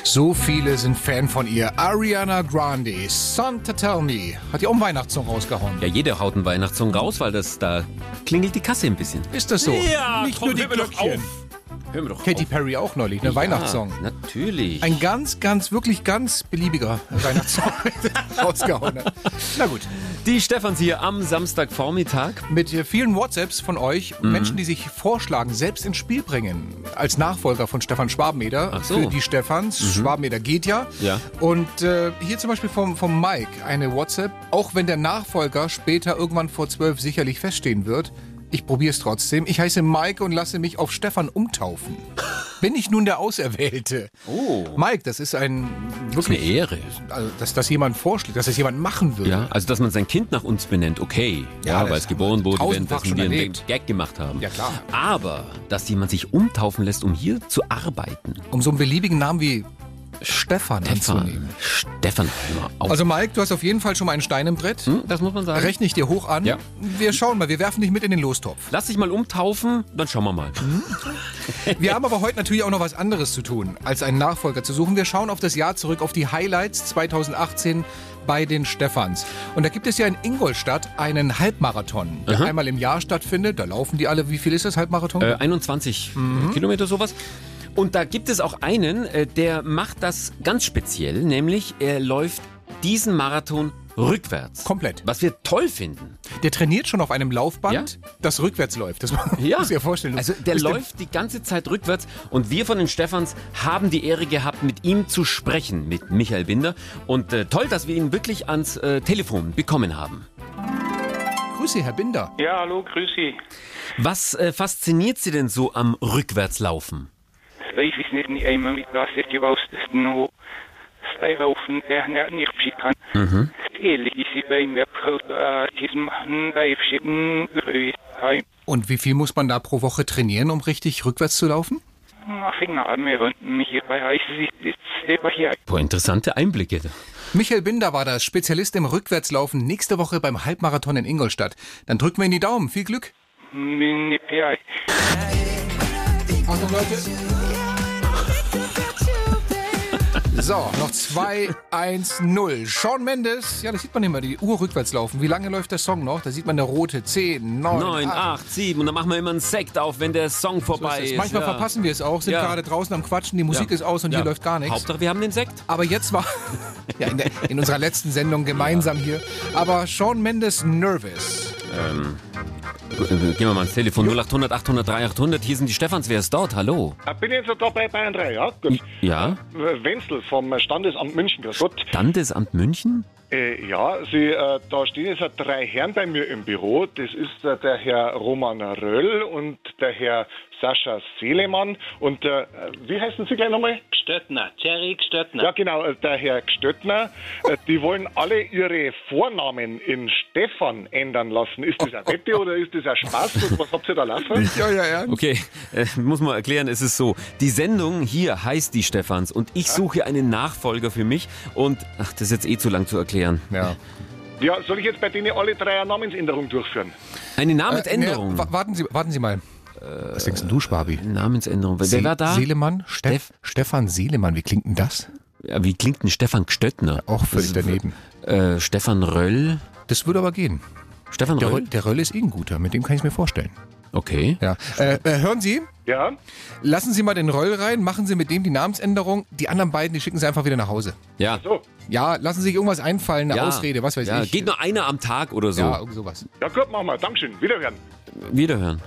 Speaker 4: So viele sind Fan von ihr. Ariana Grande, Santa Tell Me, hat ihr auch einen Weihnachtssong rausgehauen.
Speaker 2: Ja, jeder haut einen Weihnachtssong raus, weil das da klingelt die Kasse ein bisschen.
Speaker 4: Ist das so?
Speaker 2: Ja,
Speaker 4: Nicht
Speaker 2: komm,
Speaker 4: nur die
Speaker 2: hör mir doch
Speaker 4: Glöckchen.
Speaker 2: Hören wir doch
Speaker 4: Katy Perry auch neulich, ne?
Speaker 2: Ja,
Speaker 4: Weihnachtssong.
Speaker 2: Natürlich.
Speaker 4: Ein ganz, ganz, wirklich ganz beliebiger Weihnachtssong rausgehauen hat. Na gut.
Speaker 2: Die Stefans hier am Samstagvormittag.
Speaker 4: Mit äh, vielen WhatsApps von euch,
Speaker 2: Mhm.
Speaker 4: Menschen, die sich vorschlagen, selbst ins Spiel bringen. Als Nachfolger von Stefan Schwabeneder.
Speaker 2: Ach so. Mhm.
Speaker 4: Für die Stefans. Schwabeneder geht ja.
Speaker 2: Ja.
Speaker 4: Und äh, hier zum Beispiel vom, vom Mike eine WhatsApp. Auch wenn der Nachfolger später irgendwann vor zwölf sicherlich feststehen wird, ich probiere es trotzdem. Ich heiße Mike und lasse mich auf Stefan umtaufen. Bin ich nun der Auserwählte?
Speaker 2: Oh.
Speaker 4: Mike, das ist ein
Speaker 2: Das ist eine Ehre.
Speaker 4: also, dass das jemand vorschlägt, dass das jemand machen würde.
Speaker 2: Ja, also dass man sein Kind nach uns benennt, okay.
Speaker 4: Ja,
Speaker 2: Ja,
Speaker 4: das
Speaker 2: weil es geboren wurde, während
Speaker 4: tausendfach
Speaker 2: wir
Speaker 4: schon
Speaker 2: einen
Speaker 4: erlebt.
Speaker 2: Gag gemacht haben.
Speaker 4: Ja, klar.
Speaker 2: Aber, dass jemand sich umtaufen lässt, um hier zu arbeiten.
Speaker 4: Um so einen beliebigen Namen wie Stefan anzunehmen.
Speaker 2: Stefan, Stefan, hör mal auf.
Speaker 4: Also Mike, du hast auf jeden Fall schon mal einen Stein im Brett.
Speaker 2: das muss man sagen.
Speaker 4: Rechne ich dir hoch an.
Speaker 2: Ja.
Speaker 4: Wir schauen mal, wir werfen dich mit in den Lostopf.
Speaker 2: Lass dich mal umtaufen, dann schauen wir mal.
Speaker 4: Wir haben aber heute natürlich auch noch was anderes zu tun, als einen Nachfolger zu suchen. Wir schauen auf das Jahr zurück, auf die Highlights 2018 bei den Stefans. Und da gibt es ja in Ingolstadt einen Halbmarathon, der
Speaker 2: Aha.
Speaker 4: einmal im Jahr stattfindet. Da laufen die alle. Wie viel ist das Halbmarathon?
Speaker 2: Äh, 21
Speaker 4: Mhm.
Speaker 2: Kilometer sowas. Und da gibt es auch einen, äh, der macht das ganz speziell, nämlich er läuft diesen Marathon rückwärts.
Speaker 4: Komplett.
Speaker 2: Was wir toll finden.
Speaker 4: Der trainiert schon auf einem Laufband, das rückwärts läuft. Das
Speaker 2: Ja.
Speaker 4: muss ich mir vorstellen.
Speaker 2: Also der
Speaker 4: Ist
Speaker 2: läuft die ganze Zeit rückwärts und wir von den Stefans haben die Ehre gehabt, mit ihm zu sprechen, mit Michael Binder. Und äh, toll, dass wir ihn wirklich ans äh, Telefon bekommen haben.
Speaker 4: Grüße, Herr Binder.
Speaker 15: Ja, hallo, grüß Sie.
Speaker 2: Was äh, fasziniert Sie denn so am Rückwärtslaufen?
Speaker 15: Ich weiß nicht, nicht einmal, mit was ich gewusst ist, nur zwei Laufen, der nicht- nicht schicken kann.
Speaker 2: Mhm.
Speaker 15: Ehrlich, ich sehe bei mir,
Speaker 16: eh,
Speaker 15: äh, diesem Reifschicken, Rühe, heim.
Speaker 4: Und wie viel muss man da pro Woche trainieren, um richtig rückwärts zu laufen?
Speaker 15: Na, Finger an mir unten hier, weil ich sitze selber hier.
Speaker 2: Boah, interessante Einblicke.
Speaker 4: Michael Binder war das, Spezialist im Rückwärtslaufen, nächste Woche beim Halbmarathon in Ingolstadt. Dann drücken wir ihm die Daumen. Viel Glück.
Speaker 15: Mini PI.
Speaker 4: Achtung, Leute. So, noch 2-1-0. Sean Mendes, ja, das sieht man immer, die Uhr rückwärts laufen. Wie lange läuft der Song noch? Da sieht man eine rote 10, 9,
Speaker 2: 9,
Speaker 4: 8.
Speaker 2: 8, 7 und dann machen wir immer einen Sekt auf, wenn der Song vorbei ist.
Speaker 4: Manchmal
Speaker 2: ja.
Speaker 4: verpassen wir es auch, sind
Speaker 2: Ja.
Speaker 4: gerade draußen am Quatschen, die Musik
Speaker 2: Ja.
Speaker 4: ist aus und
Speaker 2: Ja.
Speaker 4: hier läuft gar nichts.
Speaker 2: Hauptsache, wir haben den Sekt.
Speaker 4: Aber jetzt war, ja, in, der, in unserer letzten Sendung gemeinsam hier, aber Sean Mendes nervous.
Speaker 2: Ähm, äh, gehen wir mal ans Telefon 0800 800 3800. Hier sind die Stefans. Wer ist dort? Hallo.
Speaker 16: Ich bin jetzt noch da bei Bayern 3, ja? Gut.
Speaker 2: Ja?
Speaker 16: Wenzel vom Standesamt München, grüß Gott.
Speaker 2: Standesamt München?
Speaker 16: Äh, ja, Sie, äh, da stehen jetzt äh, drei Herren bei mir im Büro. Das ist äh, der Herr Roman Röll und der Herr Sascha Selemann und äh, wie heißen Sie gleich nochmal?
Speaker 17: Stöttner, Thierry Stöttner.
Speaker 16: Ja, genau, äh, der Herr Gstöttner. Äh, Die wollen alle ihre Vornamen in Stefan ändern lassen. Ist das eine Wette oder ist das ein Spaß? Und was habt ihr da laufen?
Speaker 4: Ja, ja, ja.
Speaker 2: Okay, äh, muss man erklären, es ist so. Die Sendung hier heißt die Stefans und ich suche einen Nachfolger für mich und ach, das ist jetzt eh zu lang zu erklären.
Speaker 4: Ja.
Speaker 16: Ja, soll ich jetzt bei denen alle drei eine Namensänderung durchführen?
Speaker 2: Eine
Speaker 4: Äh,
Speaker 2: Namensänderung.
Speaker 4: nee, wa- warten, Sie, warten Sie mal. Was denkst denn du, Schwabi?
Speaker 2: Namensänderung. Wer
Speaker 4: Se-
Speaker 2: war da?
Speaker 4: Selemann? Steff Stefan Selemann, wie klingt denn das?
Speaker 2: Ja, wie klingt ein Stefan Gstöttner?
Speaker 4: Auch völlig daneben.
Speaker 2: Äh, Stefan Röll.
Speaker 4: Das würde aber gehen.
Speaker 2: Stefan
Speaker 4: Der,
Speaker 2: Röll?
Speaker 4: Rö- der Röll ist eh ein guter, mit dem kann ich es mir vorstellen.
Speaker 2: Okay.
Speaker 4: Ja. Äh, äh, hören Sie?
Speaker 16: Ja.
Speaker 4: Lassen Sie mal den Röll rein, machen Sie mit dem die Namensänderung. Die anderen beiden, die schicken Sie einfach wieder nach Hause.
Speaker 2: Ja.
Speaker 4: Ja, lassen Sie sich irgendwas einfallen, eine
Speaker 2: Ja.
Speaker 4: Ausrede, was weiß
Speaker 2: ja,
Speaker 4: ich.
Speaker 2: Geht nur einer am Tag oder so.
Speaker 4: Ja, irgend sowas.
Speaker 16: Ja, gut, machen wir. Dankeschön. Wiederhören.
Speaker 2: Wiederhören.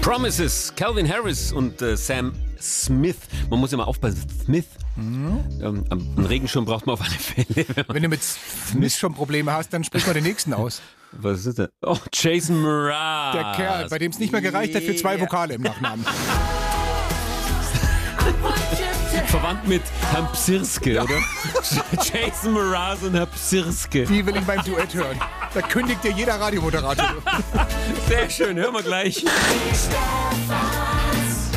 Speaker 2: Promises, Calvin Harris und äh, Sam Smith. Man muss immer aufpassen, Smith.
Speaker 4: Mhm.
Speaker 2: Ähm, einen Regenschirm braucht man auf alle Fälle.
Speaker 4: Wenn du mit Smith schon Probleme hast, dann sprich mal den nächsten aus.
Speaker 2: Was ist das? Oh, Jason Mraz.
Speaker 4: Der Kerl, bei dem es nicht mehr gereicht hat für zwei Vokale im Nachnamen.
Speaker 2: Verwandt mit Herrn Psirske, oder? Jason Mraz und Herr Psirske.
Speaker 4: Die will ich beim Duett hören. Da kündigt dir jeder Radiomoderator.
Speaker 2: Sehr schön, hören wir gleich.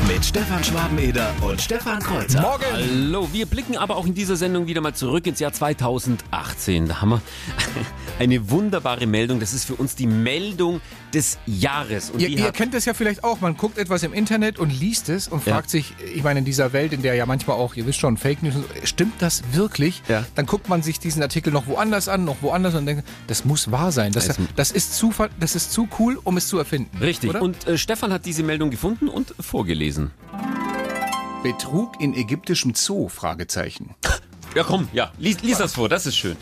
Speaker 1: Mit Stefan Schwabeneder und Stefan Kreuzer.
Speaker 2: Hallo, wir blicken aber auch in dieser Sendung wieder mal zurück ins Jahr 2018. Da haben wir eine wunderbare Meldung. Das ist für uns die Meldung des Jahres. Und
Speaker 4: Ihr,
Speaker 2: die
Speaker 4: ihr
Speaker 2: hat-
Speaker 4: kennt das ja vielleicht auch. Man guckt etwas im Internet und liest es und
Speaker 2: Ja.
Speaker 4: fragt sich, ich meine, in dieser Welt, in der ja manchmal auch, ihr wisst schon, Fake News, und so, stimmt das wirklich? Dann guckt man sich diesen Artikel noch woanders an, noch woanders und denkt, das muss wahr sein. Das, das, ist, zu, ver- das ist zu cool, um es zu erfinden.
Speaker 2: Richtig.
Speaker 4: Oder?
Speaker 2: Und äh, Stefan hat diese Meldung gefunden und vorgelesen.
Speaker 4: Betrug in ägyptischem Zoo? Fragezeichen.
Speaker 2: Ja, komm, ja, lies, lies das vor, das ist schön.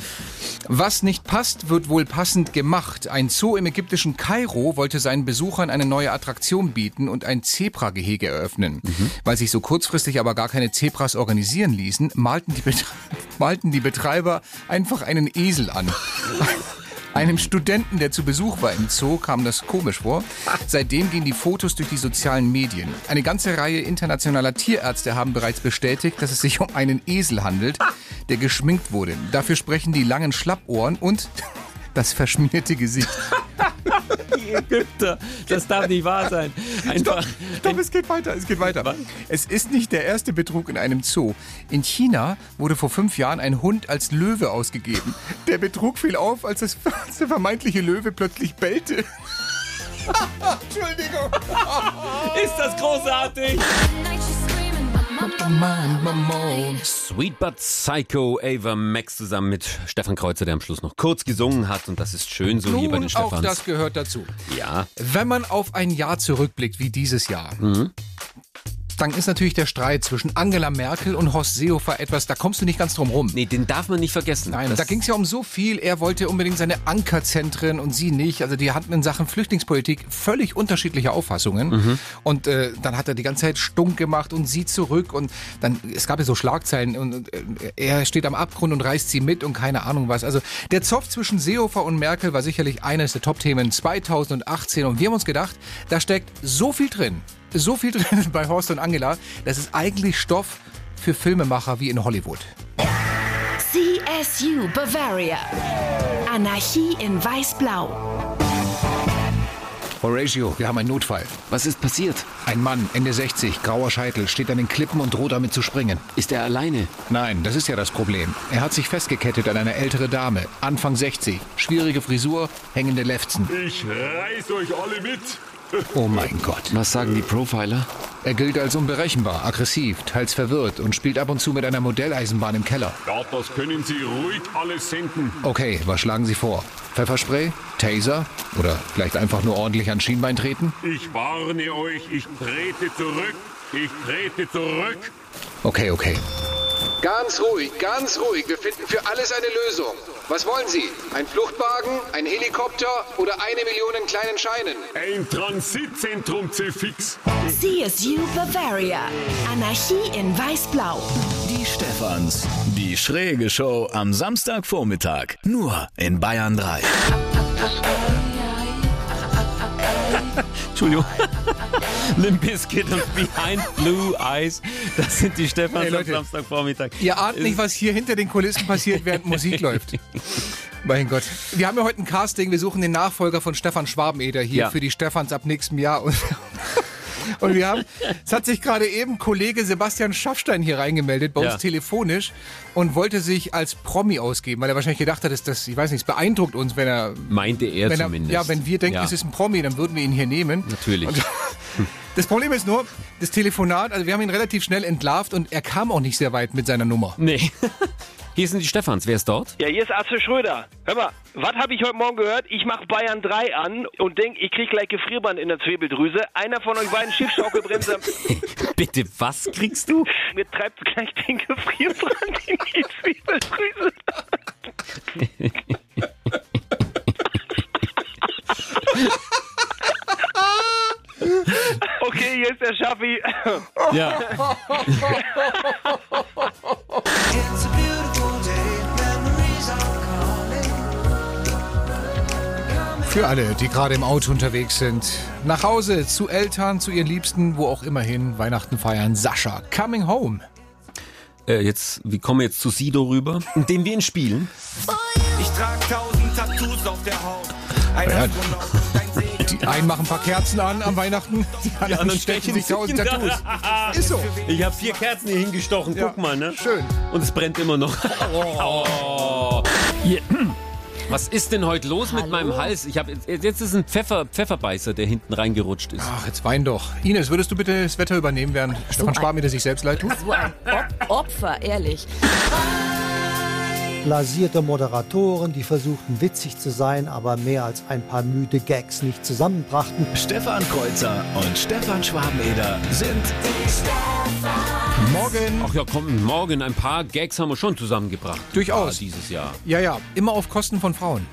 Speaker 4: Was nicht passt, wird wohl passend gemacht. Ein Zoo im ägyptischen Kairo wollte seinen Besuchern eine neue Attraktion bieten und ein Zebragehege eröffnen. Weil sich so kurzfristig aber gar keine Zebras organisieren ließen, malten die, Bet malten die Betreiber einfach einen Esel an. Einem Studenten, der zu Besuch war im Zoo, kam das komisch vor. Seitdem gehen die Fotos durch die sozialen Medien. Eine ganze Reihe internationaler Tierärzte haben bereits bestätigt, dass es sich um einen Esel handelt, der geschminkt wurde. Dafür sprechen die langen Schlappohren und das verschmierte Gesicht.
Speaker 2: Die Ägypter, das darf nicht wahr sein. Einfach.
Speaker 4: Stopp, es geht weiter, es geht weiter. Es ist nicht der erste Betrug in einem Zoo. In China wurde vor fünf Jahren ein Hund als Löwe ausgegeben. Der Betrug fiel auf, als, das, als der vermeintliche Löwe plötzlich bellte. Entschuldigung.
Speaker 2: ist das großartig? Sweet But Psycho, Ava Max zusammen mit Stefan Kreuzer, der am Schluss noch kurz gesungen hat. Und das ist schön so hier bei den
Speaker 4: Nun, auch
Speaker 2: Stefans.
Speaker 4: das gehört dazu.
Speaker 2: Ja.
Speaker 4: Wenn man auf ein Jahr zurückblickt wie dieses Jahr,
Speaker 2: Mhm.
Speaker 4: dann ist natürlich der Streit zwischen Angela Merkel und Horst Seehofer etwas, da kommst du nicht ganz drum rum.
Speaker 2: Nee, den darf man nicht vergessen.
Speaker 4: Nein,
Speaker 2: Das-
Speaker 4: da ging es ja um so viel. Er wollte unbedingt seine Ankerzentren und sie nicht. Also die hatten in Sachen Flüchtlingspolitik völlig unterschiedliche Auffassungen. Und äh, dann hat er die ganze Zeit stunk gemacht und sie zurück. Und dann, es gab ja so Schlagzeilen und, und äh, er steht am Abgrund und reißt sie mit und keine Ahnung was. Also der Zoff zwischen Seehofer und Merkel war sicherlich eines der Top-Themen 2018. Und wir haben uns gedacht, da steckt so viel drin. So viel drin bei Horst und Angela. Das ist eigentlich Stoff für Filmemacher wie in Hollywood.
Speaker 18: CSU Bavaria. Anarchie in Weiß-Blau.
Speaker 4: Horatio, wir haben einen Notfall. Was ist passiert? Ein Mann, Ende 60, grauer Scheitel, steht an den Klippen und droht damit zu springen. Ist er alleine? Nein, das ist ja das Problem. Er hat sich festgekettet an eine ältere Dame, Anfang 60, schwierige Frisur, hängende Lefzen.
Speaker 18: Ich reiß euch alle mit.
Speaker 4: Oh mein Gott. Was sagen die Profiler? Er gilt als unberechenbar, aggressiv, teils verwirrt und spielt ab und zu mit einer Modelleisenbahn im Keller.
Speaker 18: Ja, das können Sie ruhig alles senden.
Speaker 4: Okay, was schlagen Sie vor? Pfefferspray? Taser? Oder vielleicht einfach nur ordentlich an Schienbein treten?
Speaker 18: Ich warne euch, ich trete zurück. Ich trete zurück.
Speaker 4: Okay, okay.
Speaker 19: Ganz ruhig, ganz ruhig. Wir finden für alles eine Lösung. Was wollen Sie? Ein Fluchtwagen, ein Helikopter oder eine Million in kleinen Scheinen?
Speaker 18: Ein Transitzentrum C-Fix.
Speaker 20: CSU Bavaria. Anarchie in Weiß-Blau.
Speaker 1: Die Stefans. Die schräge Show am Samstagvormittag. Nur in Bayern 3.
Speaker 2: Entschuldigung. Limp Bizkit und Behind Blue Eyes. Das sind die Stefans
Speaker 4: Hey,
Speaker 2: am
Speaker 4: Leute.
Speaker 2: Samstagvormittag.
Speaker 4: Ihr ahnt nicht, was hier hinter den Kulissen passiert, während Musik läuft. Mein Gott. Wir haben ja heute ein Casting. Wir suchen den Nachfolger von Stefan Schwabeneder hier
Speaker 2: Ja.
Speaker 4: für die Stefans ab nächstem Jahr. Und, und wir haben, es hat sich gerade eben Kollege Sebastian Schaffstein hier reingemeldet, bei uns
Speaker 2: Ja.
Speaker 4: telefonisch, und wollte sich als Promi ausgeben, weil er wahrscheinlich gedacht hat, dass das, ich weiß nicht, es beeindruckt uns, wenn er.
Speaker 2: Meinte er
Speaker 4: wenn
Speaker 2: zumindest.
Speaker 4: ja, wenn wir denken,
Speaker 2: Ja.
Speaker 4: es ist ein Promi, dann würden wir ihn hier nehmen.
Speaker 2: Natürlich.
Speaker 4: Und- Das Problem ist nur, das Telefonat, also wir haben ihn relativ schnell entlarvt und er kam auch nicht sehr weit mit seiner Nummer.
Speaker 2: Nee. Hier sind die Stefans. Wer ist dort?
Speaker 17: Ja, hier ist Atze Schröder. Hör mal, was habe ich heute Morgen gehört? Ich mache Bayern 3 an und denk, ich krieg gleich Gefrierband in der Zwiebeldrüse. Einer von euch beiden Schiffschaukelbremse
Speaker 2: Bitte, was kriegst du?
Speaker 17: mir treibt gleich den Gefrierbrand in die Zwiebeldrüse. Okay, hier ist der Schaffi.
Speaker 2: Ja.
Speaker 3: It's a beautiful day, memories are calling.
Speaker 4: Für alle, die gerade im Auto unterwegs sind, nach Hause, zu Eltern, zu ihren Liebsten, wo auch immer hin, Weihnachten feiern, Sascha, coming home.
Speaker 2: Äh, jetzt, wir kommen jetzt zu Sido rüber, den wir ihn spielen.
Speaker 11: Ich trag tausend Tattoos auf der Haut.
Speaker 4: Ja. Die einen machen ein paar Kerzen an am Weihnachten, die anderen, stechen sich tausend Tattoos. Ist so.
Speaker 2: Ich habe vier Kerzen hier hingestochen. Guck mal, ne? Schön. Und es brennt immer noch. Oh. Hier. Was ist denn heute los mit meinem Hals? Ich hab, jetzt jetzt ist ein Pfeffer, Pfefferbeißer, der hinten reingerutscht ist.
Speaker 4: Ach, jetzt wein doch. Ines, würdest du bitte das Wetter übernehmen, während Stefan Schwaben mir das sich selbst leid tut?
Speaker 13: So ein Op Opfer, ehrlich.
Speaker 21: Blasierte Moderatoren, die versuchten witzig zu sein, aber mehr als ein paar müde Gags nicht zusammenbrachten.
Speaker 1: Stefan Kreuzer und Stefan Schwabeneder sind
Speaker 4: Morgen.
Speaker 2: Ach ja, komm, morgen ein paar Gags haben wir schon zusammengebracht.
Speaker 4: Durchaus.
Speaker 2: Ja, dieses Jahr.
Speaker 4: Ja, ja, immer auf Kosten von Frauen.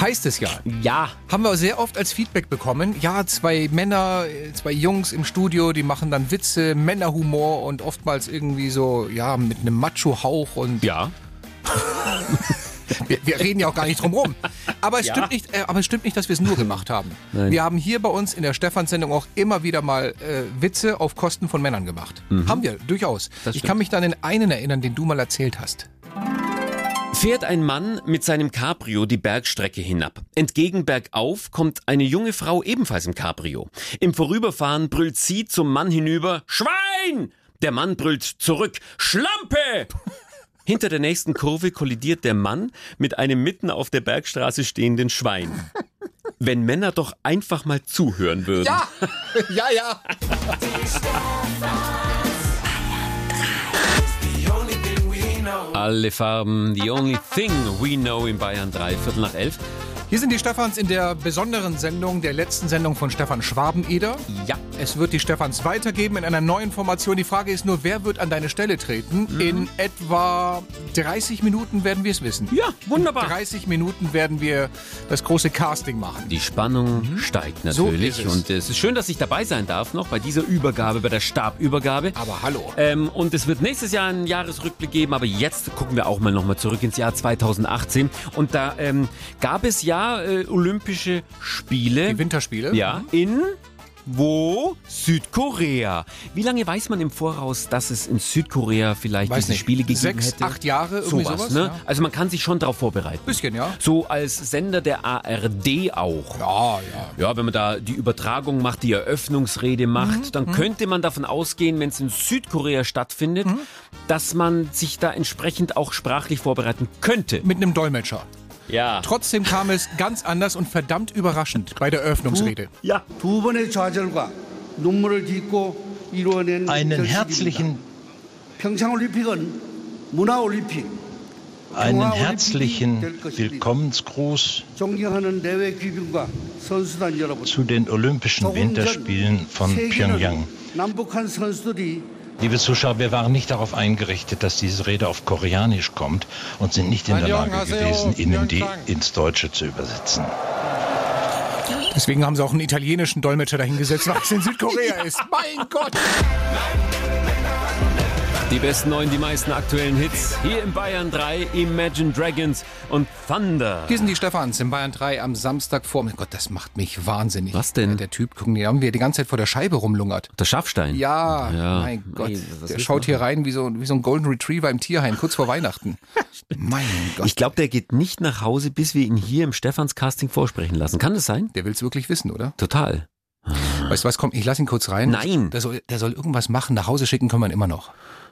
Speaker 4: Heißt es ja.
Speaker 2: Ja.
Speaker 4: Haben wir sehr oft als Feedback bekommen. Ja, zwei Männer, äh, zwei Jungs im Studio, die machen dann Witze, Männerhumor und oftmals irgendwie so, ja, mit einem Macho-Hauch und.
Speaker 2: Ja.
Speaker 4: wir, wir reden ja auch gar nicht drum rum. Aber es,
Speaker 2: Ja.
Speaker 4: stimmt, nicht, äh, aber es stimmt nicht, dass wir es nur gemacht haben.
Speaker 2: Nein.
Speaker 4: Wir haben hier bei uns in der Stefan-Sendung auch immer wieder mal äh, Witze auf Kosten von Männern gemacht.
Speaker 2: Mhm.
Speaker 4: Haben wir, durchaus.
Speaker 2: Das
Speaker 4: ich
Speaker 2: stimmt.
Speaker 4: kann mich dann an einen erinnern, den du mal erzählt hast.
Speaker 2: Fährt ein Mann mit seinem Cabrio die Bergstrecke hinab. Entgegen bergauf kommt eine junge Frau ebenfalls im Cabrio. Im Vorüberfahren brüllt sie zum Mann hinüber Schwein! Der Mann brüllt zurück Schlampe! Hinter der nächsten Kurve kollidiert der Mann mit einem mitten auf der Bergstraße stehenden Schwein. Wenn Männer doch einfach mal zuhören würden.
Speaker 4: ja, ja.
Speaker 2: Alle Farben, the only thing we know in Bayern 3, Viertel nach elf.
Speaker 4: Hier sind die Stefans in der besonderen Sendung, der letzten Sendung von Stefan Schwabeneder.
Speaker 2: Ja.
Speaker 4: Es wird die Stefans weitergeben in einer neuen Formation. Die Frage ist nur, wer wird an deine Stelle treten? In etwa 30 Minuten werden wir es wissen.
Speaker 2: Ja, wunderbar.
Speaker 4: In 30 Minuten werden wir das große Casting machen.
Speaker 2: Die Spannung steigt
Speaker 4: Mhm. So
Speaker 2: natürlich
Speaker 4: ist es.
Speaker 2: und es ist schön, dass ich dabei sein darf noch bei dieser Übergabe, bei der Stabübergabe.
Speaker 4: Aber hallo.
Speaker 2: Ähm, und es wird nächstes Jahr einen Jahresrückblick geben, aber jetzt gucken wir auch mal nochmal zurück ins Jahr 2018 und da ähm, gab es ja äh, Olympische Spiele. Die
Speaker 4: ne? Winterspiele.
Speaker 2: Ja, in Wo? Südkorea. Wie lange weiß man im Voraus, dass es in Südkorea vielleicht
Speaker 4: Weiß
Speaker 2: diese
Speaker 4: nicht.
Speaker 2: Spiele gegeben
Speaker 4: Sechs,
Speaker 2: hätte?
Speaker 4: acht Jahre, irgendwie sowas,
Speaker 2: ne?
Speaker 4: ja.
Speaker 2: Also man kann sich schon darauf vorbereiten.
Speaker 4: Bisschen, ja.
Speaker 2: So als Sender der ARD auch.
Speaker 4: Ja,
Speaker 2: ja. Ja, wenn man da die Übertragung macht, die Eröffnungsrede macht,
Speaker 4: Mhm.
Speaker 2: dann könnte man davon ausgehen, wenn es in Südkorea stattfindet,
Speaker 4: Mhm.
Speaker 2: dass man sich da entsprechend auch sprachlich vorbereiten könnte.
Speaker 4: Mit einem Dolmetscher.
Speaker 2: Ja.
Speaker 4: Trotzdem kam es ganz anders und verdammt überraschend bei der Eröffnungsrede.
Speaker 5: Ja. Einen herzlichen, einen herzlichen Willkommensgruß zu den Olympischen Winterspielen von Pyongyang. Liebe Zuschauer, wir waren nicht darauf eingerichtet, dass diese Rede auf Koreanisch kommt und sind nicht in der Lage gewesen, Ihnen die ins Deutsche zu übersetzen.
Speaker 4: Deswegen haben sie auch einen italienischen Dolmetscher dahingesetzt, weil es in Südkorea ist. Mein Gott!
Speaker 2: Die besten neuen, die meisten aktuellen Hits. Hier in Bayern 3, Imagine Dragons und Thunder.
Speaker 4: Hier sind die Stefans in Bayern 3 am Samstag vor. Mein Gott, das macht mich wahnsinnig. Was denn? Der Typ, gucken, den haben wir die ganze Zeit vor der Scheibe rumlungert.
Speaker 2: Der Schaffstein.
Speaker 4: Ja,
Speaker 2: Ja.
Speaker 4: mein Gott.
Speaker 2: Ey, was
Speaker 4: der
Speaker 2: ist
Speaker 4: schaut
Speaker 2: noch?
Speaker 4: hier rein wie so, wie so ein Golden Retriever im Tierheim, kurz vor Weihnachten. mein Gott.
Speaker 2: Ich glaube, der geht nicht nach Hause, bis wir ihn hier im Stefans Casting vorsprechen lassen. Kann das sein?
Speaker 4: Der will es wirklich wissen, oder?
Speaker 2: Total.
Speaker 4: Weißt du was, komm, ich lass ihn kurz rein.
Speaker 2: Nein.
Speaker 4: Der soll, der soll irgendwas machen, nach Hause schicken können wir ihn immer noch.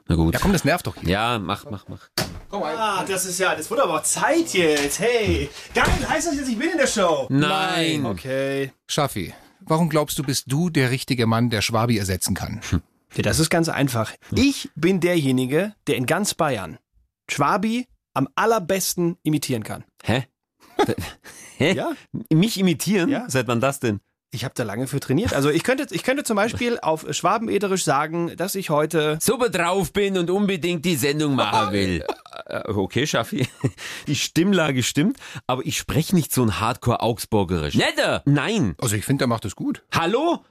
Speaker 2: Na gut.
Speaker 4: Ja komm, das nervt doch hier.
Speaker 2: Ja, mach, mach, mach.
Speaker 12: Ah, das ist ja, das wird aber auch Zeit jetzt. Hey, geil, heißt das jetzt, ich bin in der Show?
Speaker 4: Nein.
Speaker 12: Okay.
Speaker 4: Schaffi, warum glaubst du, bist du der richtige Mann, der Schwabi ersetzen kann?
Speaker 2: Hm.
Speaker 12: Ja, das ist ganz einfach. Ich bin derjenige, der in ganz Bayern Schwabi am allerbesten imitieren kann.
Speaker 2: Hä? Hä? Ja? Mich imitieren? Seit wann das denn?
Speaker 12: Ich habe da lange für trainiert. Also ich könnte, ich könnte zum Beispiel auf Schwabenederisch sagen, dass ich heute...
Speaker 2: Super drauf bin und unbedingt die Sendung machen will. Äh, Okay, Schaffi. Die Stimmlage stimmt, aber ich spreche nicht so ein Hardcore-Augsburgerisch. Netter! Nein!
Speaker 4: Also ich finde, der macht es gut.
Speaker 2: Hallo?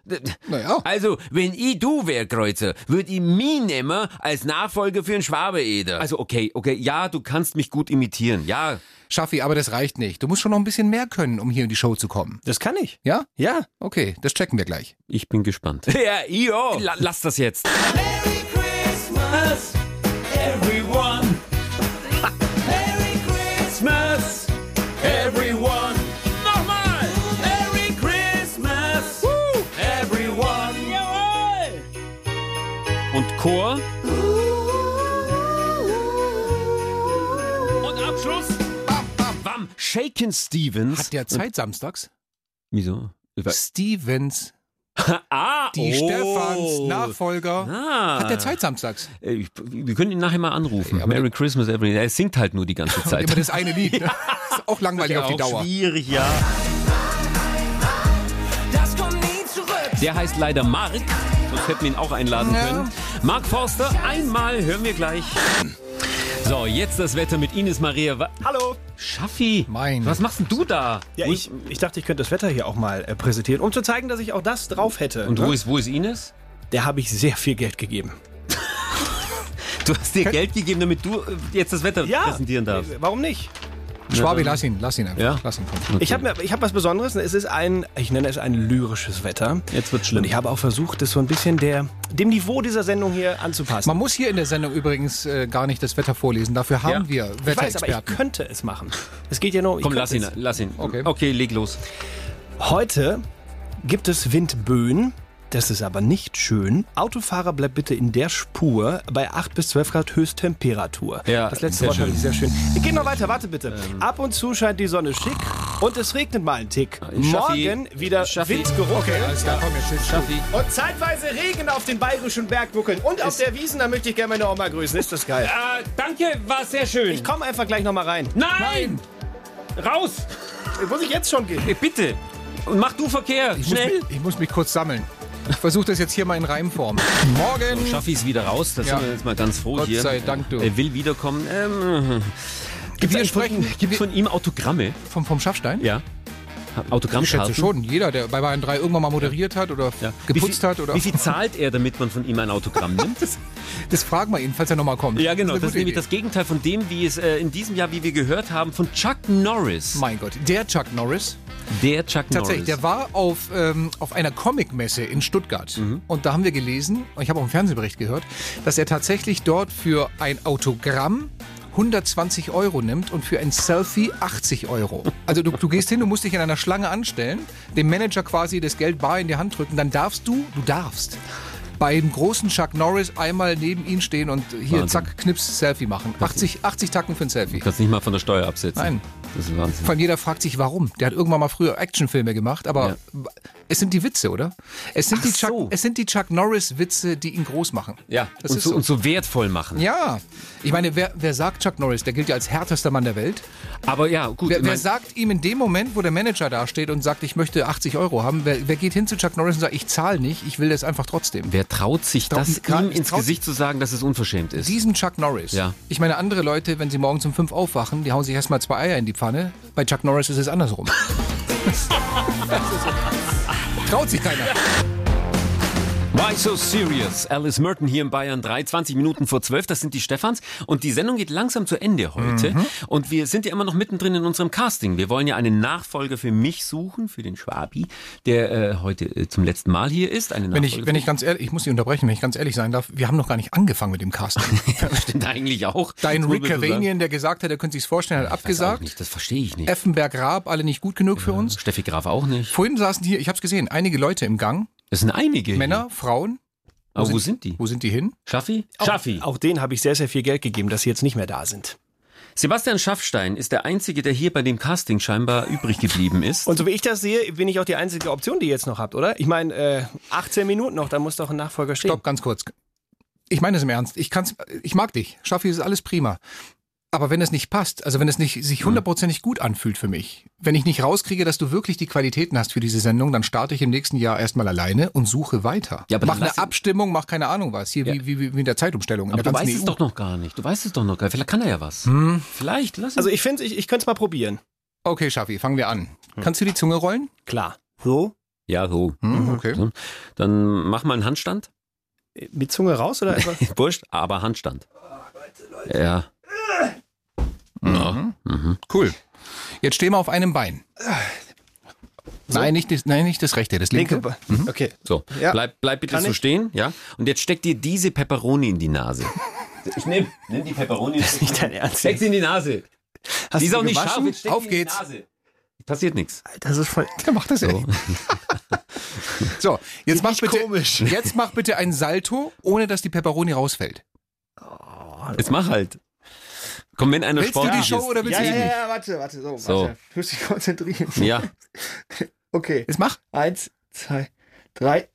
Speaker 2: Naja. Also, wenn ich du wär, Kreuzer, würd ich mich nehmen als Nachfolger für einen Schwabeeder. Also, okay, okay, ja, du kannst mich gut imitieren, ja.
Speaker 4: Schaffi, aber das reicht nicht. Du musst schon noch ein bisschen mehr können, um hier in die Show zu kommen.
Speaker 12: Das kann ich.
Speaker 4: Ja?
Speaker 12: Ja.
Speaker 4: Okay, das checken wir gleich.
Speaker 2: Ich bin gespannt. Ja, io. La lass das jetzt.
Speaker 3: Christmas, everyone. Merry Christmas, everyone. Nochmal. Merry Christmas, everyone. Jawohl.
Speaker 2: Und Chor. Und Abschluss. Bam, bam, bam. Shaken Stevens.
Speaker 4: Hat der Zeit samstags?
Speaker 2: Wieso?
Speaker 4: Stevens.
Speaker 2: ah,
Speaker 4: Die
Speaker 2: oh.
Speaker 4: Stefans Nachfolger.
Speaker 2: Ah.
Speaker 4: Hat der Zeit samstags?
Speaker 2: Äh, ich- Wir können ihn nachher mal anrufen. Merry Christmas, every. Er singt halt nur die ganze Zeit.
Speaker 4: Immer das eine Lied. Ne? Ist auch langweilig
Speaker 2: Ja,
Speaker 4: auf die
Speaker 2: auch
Speaker 4: Dauer.
Speaker 2: schwierig, ja.
Speaker 3: Das kommt nie zurück.
Speaker 2: Der heißt leider Mark, sonst hätten wir ihn auch einladen
Speaker 3: Ja.
Speaker 2: können. Mark Forster, einmal hören wir gleich. So, jetzt das Wetter mit Ines Maria. Wa-
Speaker 12: Hallo.
Speaker 2: Schaffi.
Speaker 4: Mein.
Speaker 2: Was machst denn du da?
Speaker 12: Ja, ich, ich dachte, ich könnte das Wetter hier auch mal äh, präsentieren, um zu zeigen, dass ich auch das drauf hätte. ne?
Speaker 2: Und wo ist, wo ist Ines?
Speaker 12: Der habe ich sehr viel Geld gegeben.
Speaker 2: Du hast dir Geld gegeben, damit du äh, jetzt das Wetter
Speaker 12: Ja.
Speaker 2: präsentieren darfst.
Speaker 12: Warum nicht?
Speaker 4: Schwabi,
Speaker 12: Ja, dann-
Speaker 4: lass ihn, lass ihn einfach.
Speaker 2: Ja? Hm.
Speaker 4: Lass ihn kommen.
Speaker 12: Ich habe ich hab was Besonderes. Es ist ein, ich nenne es ein lyrisches Wetter.
Speaker 2: Jetzt wird schlimm.
Speaker 12: Und ich habe auch versucht, das so ein bisschen der, dem Niveau dieser Sendung hier anzupassen.
Speaker 4: Man muss hier in der Sendung übrigens äh, gar nicht das Wetter vorlesen. Dafür haben
Speaker 12: Ja.
Speaker 4: wir
Speaker 12: Ich weiß, aber ich
Speaker 4: Wetterexperten.
Speaker 12: könnte es machen. Es geht ja nur. ich
Speaker 2: Komm,
Speaker 12: könnte
Speaker 2: lass ihn,
Speaker 12: es.
Speaker 2: lass ihn.
Speaker 4: Okay.
Speaker 2: okay, leg los.
Speaker 12: Heute gibt es Windböen. Das ist aber nicht schön. Autofahrer bleibt bitte in der Spur bei 8 bis 12 Grad Höchsttemperatur.
Speaker 2: Ja,
Speaker 12: das letzte
Speaker 2: sehr
Speaker 12: Wort
Speaker 2: schön.
Speaker 12: fand ich sehr schön. Ich gehe mal weiter, warte bitte. Ab und zu scheint die Sonne schick und es regnet mal einen Tick.
Speaker 2: Schaffi.
Speaker 12: Morgen wieder
Speaker 2: Schaffi.
Speaker 12: Windgeruch.
Speaker 4: Okay, alles klar, komm, jetzt schießt
Speaker 2: Schaffi.
Speaker 12: Und zeitweise Regen auf den bayerischen Bergbuckeln und auf der Wiesen, da möchte ich gerne meine Oma grüßen. Ist das geil?
Speaker 2: Äh, danke, war sehr schön.
Speaker 12: Ich komme einfach gleich nochmal rein.
Speaker 2: Nein! Raus!
Speaker 12: Muss ich jetzt schon gehen?
Speaker 2: Äh, Bitte! Und mach du Verkehr!
Speaker 4: Ich muss,
Speaker 2: Schnell!
Speaker 4: mich, ich muss mich kurz sammeln. Ich versuche das jetzt hier mal in Reimform. Morgen.
Speaker 2: Schaffi ist wieder raus, da
Speaker 4: Ja.
Speaker 2: sind wir jetzt mal ganz froh
Speaker 4: Gott
Speaker 2: hier.
Speaker 4: sei Dank, du.
Speaker 2: Er will wiederkommen. Ähm, Gibt
Speaker 4: Wir
Speaker 2: es
Speaker 4: sprechen-
Speaker 2: von, gibt's von ihm Autogramme?
Speaker 4: Vom, vom Schaffstein?
Speaker 2: Ja.
Speaker 4: Ich
Speaker 2: Autogrammkarten?
Speaker 4: schätze schon, jeder, der bei Bayern 3 irgendwann mal moderiert hat oder
Speaker 2: wie
Speaker 4: geputzt
Speaker 2: viel,
Speaker 4: hat oder.
Speaker 2: Wie viel zahlt er, damit man von ihm ein Autogramm nimmt? das,
Speaker 4: fragen wir ihn, falls er nochmal kommt.
Speaker 2: Ja, genau. Das
Speaker 4: Das
Speaker 2: ist,
Speaker 4: ist eine
Speaker 2: nämlich
Speaker 4: gute Idee.
Speaker 2: das Gegenteil von dem, wie es äh, in diesem Jahr, wie wir gehört haben, von Chuck Norris.
Speaker 4: Mein Gott, der Chuck Norris.
Speaker 2: Der Chuck
Speaker 4: Tatsächlich,
Speaker 2: Norris.
Speaker 4: der war auf, ähm, auf einer Comicmesse in Stuttgart. Und da haben wir gelesen, und ich habe auch einen Fernsehbericht gehört, dass er tatsächlich dort für ein Autogramm 120 Euro nimmt und für ein Selfie 80 Euro. Also du, du gehst hin, du musst dich in einer Schlange anstellen, dem Manager quasi das Geld bar in die Hand drücken, dann darfst du, du darfst, beim großen Chuck Norris einmal neben ihn stehen und hier
Speaker 2: Wahnsinn.
Speaker 4: zack, knips, Selfie machen. 80, 80 Tacken für ein Selfie.
Speaker 2: Du kannst nicht mal von der Steuer absetzen.
Speaker 4: Nein.
Speaker 2: Das ist Wahnsinn.
Speaker 4: Vor allem jeder fragt sich, warum. Der hat irgendwann mal früher Actionfilme gemacht, aber es sind die Witze, oder? Es sind, die Chuck, es sind die Chuck Norris-Witze, die ihn groß machen.
Speaker 2: Ja,
Speaker 4: Das
Speaker 2: und
Speaker 4: ist
Speaker 2: so,
Speaker 4: so.
Speaker 2: und so wertvoll machen.
Speaker 4: Ja, ich meine, wer, wer sagt Chuck Norris? Der gilt ja als härtester Mann der Welt.
Speaker 2: Aber ja, gut.
Speaker 4: Wer,
Speaker 2: ich
Speaker 4: wer
Speaker 2: mein-
Speaker 4: sagt ihm in dem Moment, wo der Manager dasteht und sagt, ich möchte 80 Euro haben, wer, wer geht hin zu Chuck Norris und sagt, ich zahle nicht, ich will das einfach trotzdem?
Speaker 2: Wer traut sich
Speaker 4: Doch,
Speaker 2: das,
Speaker 4: gra-
Speaker 2: ihm ins
Speaker 4: traut-
Speaker 2: Gesicht zu sagen, dass es unverschämt ist?
Speaker 4: Diesen Chuck Norris.
Speaker 2: Ja.
Speaker 4: Ich meine, andere Leute, wenn sie morgens um fünf aufwachen, die hauen sich erstmal zwei Eier in die Pfanne. Bei Chuck Norris ist es andersrum. Traut sich keiner.
Speaker 2: Why so serious? Alice Merton hier in Bayern 3, 20 Minuten vor 12, das sind die Stefans. Und die Sendung geht langsam zu Ende heute.
Speaker 4: Mhm.
Speaker 2: Und wir sind ja immer noch mittendrin in unserem Casting. Wir wollen ja einen Nachfolger für mich suchen, für den Schwabi, der äh, heute äh, zum letzten Mal hier ist. Eine
Speaker 4: Wenn
Speaker 2: Nachfolge-
Speaker 4: ich, wenn ich ganz ehrlich, ich muss Sie unterbrechen, wenn ich ganz ehrlich sein darf, wir haben noch gar nicht angefangen mit dem Casting.
Speaker 2: Stimmt eigentlich auch.
Speaker 4: Dein
Speaker 2: Das muss
Speaker 4: Rick
Speaker 2: man so sagen.
Speaker 4: Cavanian, der gesagt hat, er könnte sich's vorstellen, hat
Speaker 2: Weiß auch
Speaker 4: abgesagt.
Speaker 2: nicht, Das verstehe ich nicht.
Speaker 4: Effenberg Raab, alle nicht gut genug für uns.
Speaker 2: Steffi Graf auch nicht.
Speaker 4: Vorhin saßen hier, ich habe es gesehen, einige Leute im Gang.
Speaker 2: Es sind einige.
Speaker 4: Männer, Frauen.
Speaker 2: Wo Aber wo sind die?
Speaker 4: Wo sind die hin?
Speaker 2: Schaffi?
Speaker 12: Auch, auch denen habe ich sehr, sehr viel Geld gegeben, dass sie jetzt nicht mehr da sind.
Speaker 2: Sebastian Schaffstein ist der Einzige, der hier bei dem Casting scheinbar übrig geblieben ist.
Speaker 12: Und so wie ich das sehe, bin ich auch die einzige Option, die ihr jetzt noch habt, oder? Ich meine, äh, 18 Minuten noch, da muss doch ein Nachfolger stehen.
Speaker 4: Stopp, ganz kurz. Ich meine es im Ernst. Ich kann's, ich mag dich. Schaffi ist alles prima. Aber wenn es nicht passt, also wenn es nicht
Speaker 2: Hm.
Speaker 4: sich hundertprozentig gut anfühlt für mich, wenn ich nicht rauskriege, dass du wirklich die Qualitäten hast für diese Sendung, dann starte ich im nächsten Jahr erstmal alleine und suche weiter.
Speaker 2: Ja, aber dann
Speaker 4: mach
Speaker 2: lass
Speaker 4: eine
Speaker 2: ihn-
Speaker 4: Abstimmung, mach keine Ahnung was. Hier wie, wie, wie in der Zeitumstellung. in
Speaker 2: Aber
Speaker 4: der
Speaker 2: du
Speaker 4: ganzen E
Speaker 2: weißt es
Speaker 4: EU.
Speaker 2: doch noch gar nicht. Du weißt es doch noch gar nicht. Vielleicht kann er ja was. Vielleicht, lass ihn.
Speaker 12: Hm. Also ich finde, ich, ich könnte es mal probieren.
Speaker 4: Okay, Schaffi, fangen wir an.
Speaker 2: Hm.
Speaker 4: Kannst du die Zunge rollen?
Speaker 12: Klar. So?
Speaker 2: Ja, so.
Speaker 4: Hm, okay.
Speaker 2: So. Dann mach mal einen Handstand.
Speaker 12: Mit Zunge raus oder einfach?
Speaker 2: Wurscht, aber Handstand. Ja.
Speaker 4: Cool. Jetzt stehen wir auf einem Bein. Nein, nicht das, nein, nicht das rechte, das linke.
Speaker 12: Linke Be- Okay.
Speaker 2: So,
Speaker 12: Ja.
Speaker 2: bleib, bleib bitte
Speaker 12: Kann
Speaker 2: so
Speaker 12: ich?
Speaker 2: stehen. Ja. Und jetzt steck dir diese Peperoni in die Nase. Ich nehme nimm die Peperoni.
Speaker 12: Das ist nicht dein Ernst.
Speaker 2: Steck sie in die Nase.
Speaker 12: Hast
Speaker 2: die ist
Speaker 12: du
Speaker 2: auch nicht
Speaker 12: gewaschen?
Speaker 2: scharf. jetzt steck
Speaker 12: Auf
Speaker 2: die in die
Speaker 12: geht's.
Speaker 2: Nase. Passiert nichts.
Speaker 12: Das ist voll.
Speaker 4: Der macht das ja. nicht. So, jetzt mach, bitte,
Speaker 12: komisch.
Speaker 4: jetzt mach bitte einen Salto, ohne dass die Pepperoni rausfällt.
Speaker 2: Jetzt mach halt. Komm, wenn einer
Speaker 4: Willst du die
Speaker 2: sportlich
Speaker 4: Show
Speaker 2: ist.
Speaker 4: oder willst
Speaker 11: Ja,
Speaker 4: du
Speaker 11: ja,
Speaker 4: nicht?
Speaker 11: ja, warte, warte, so,
Speaker 2: So.
Speaker 11: warte. Ich muss mich konzentrieren.
Speaker 2: Ja.
Speaker 11: Okay.
Speaker 4: Jetzt mach.
Speaker 11: Eins, zwei, drei.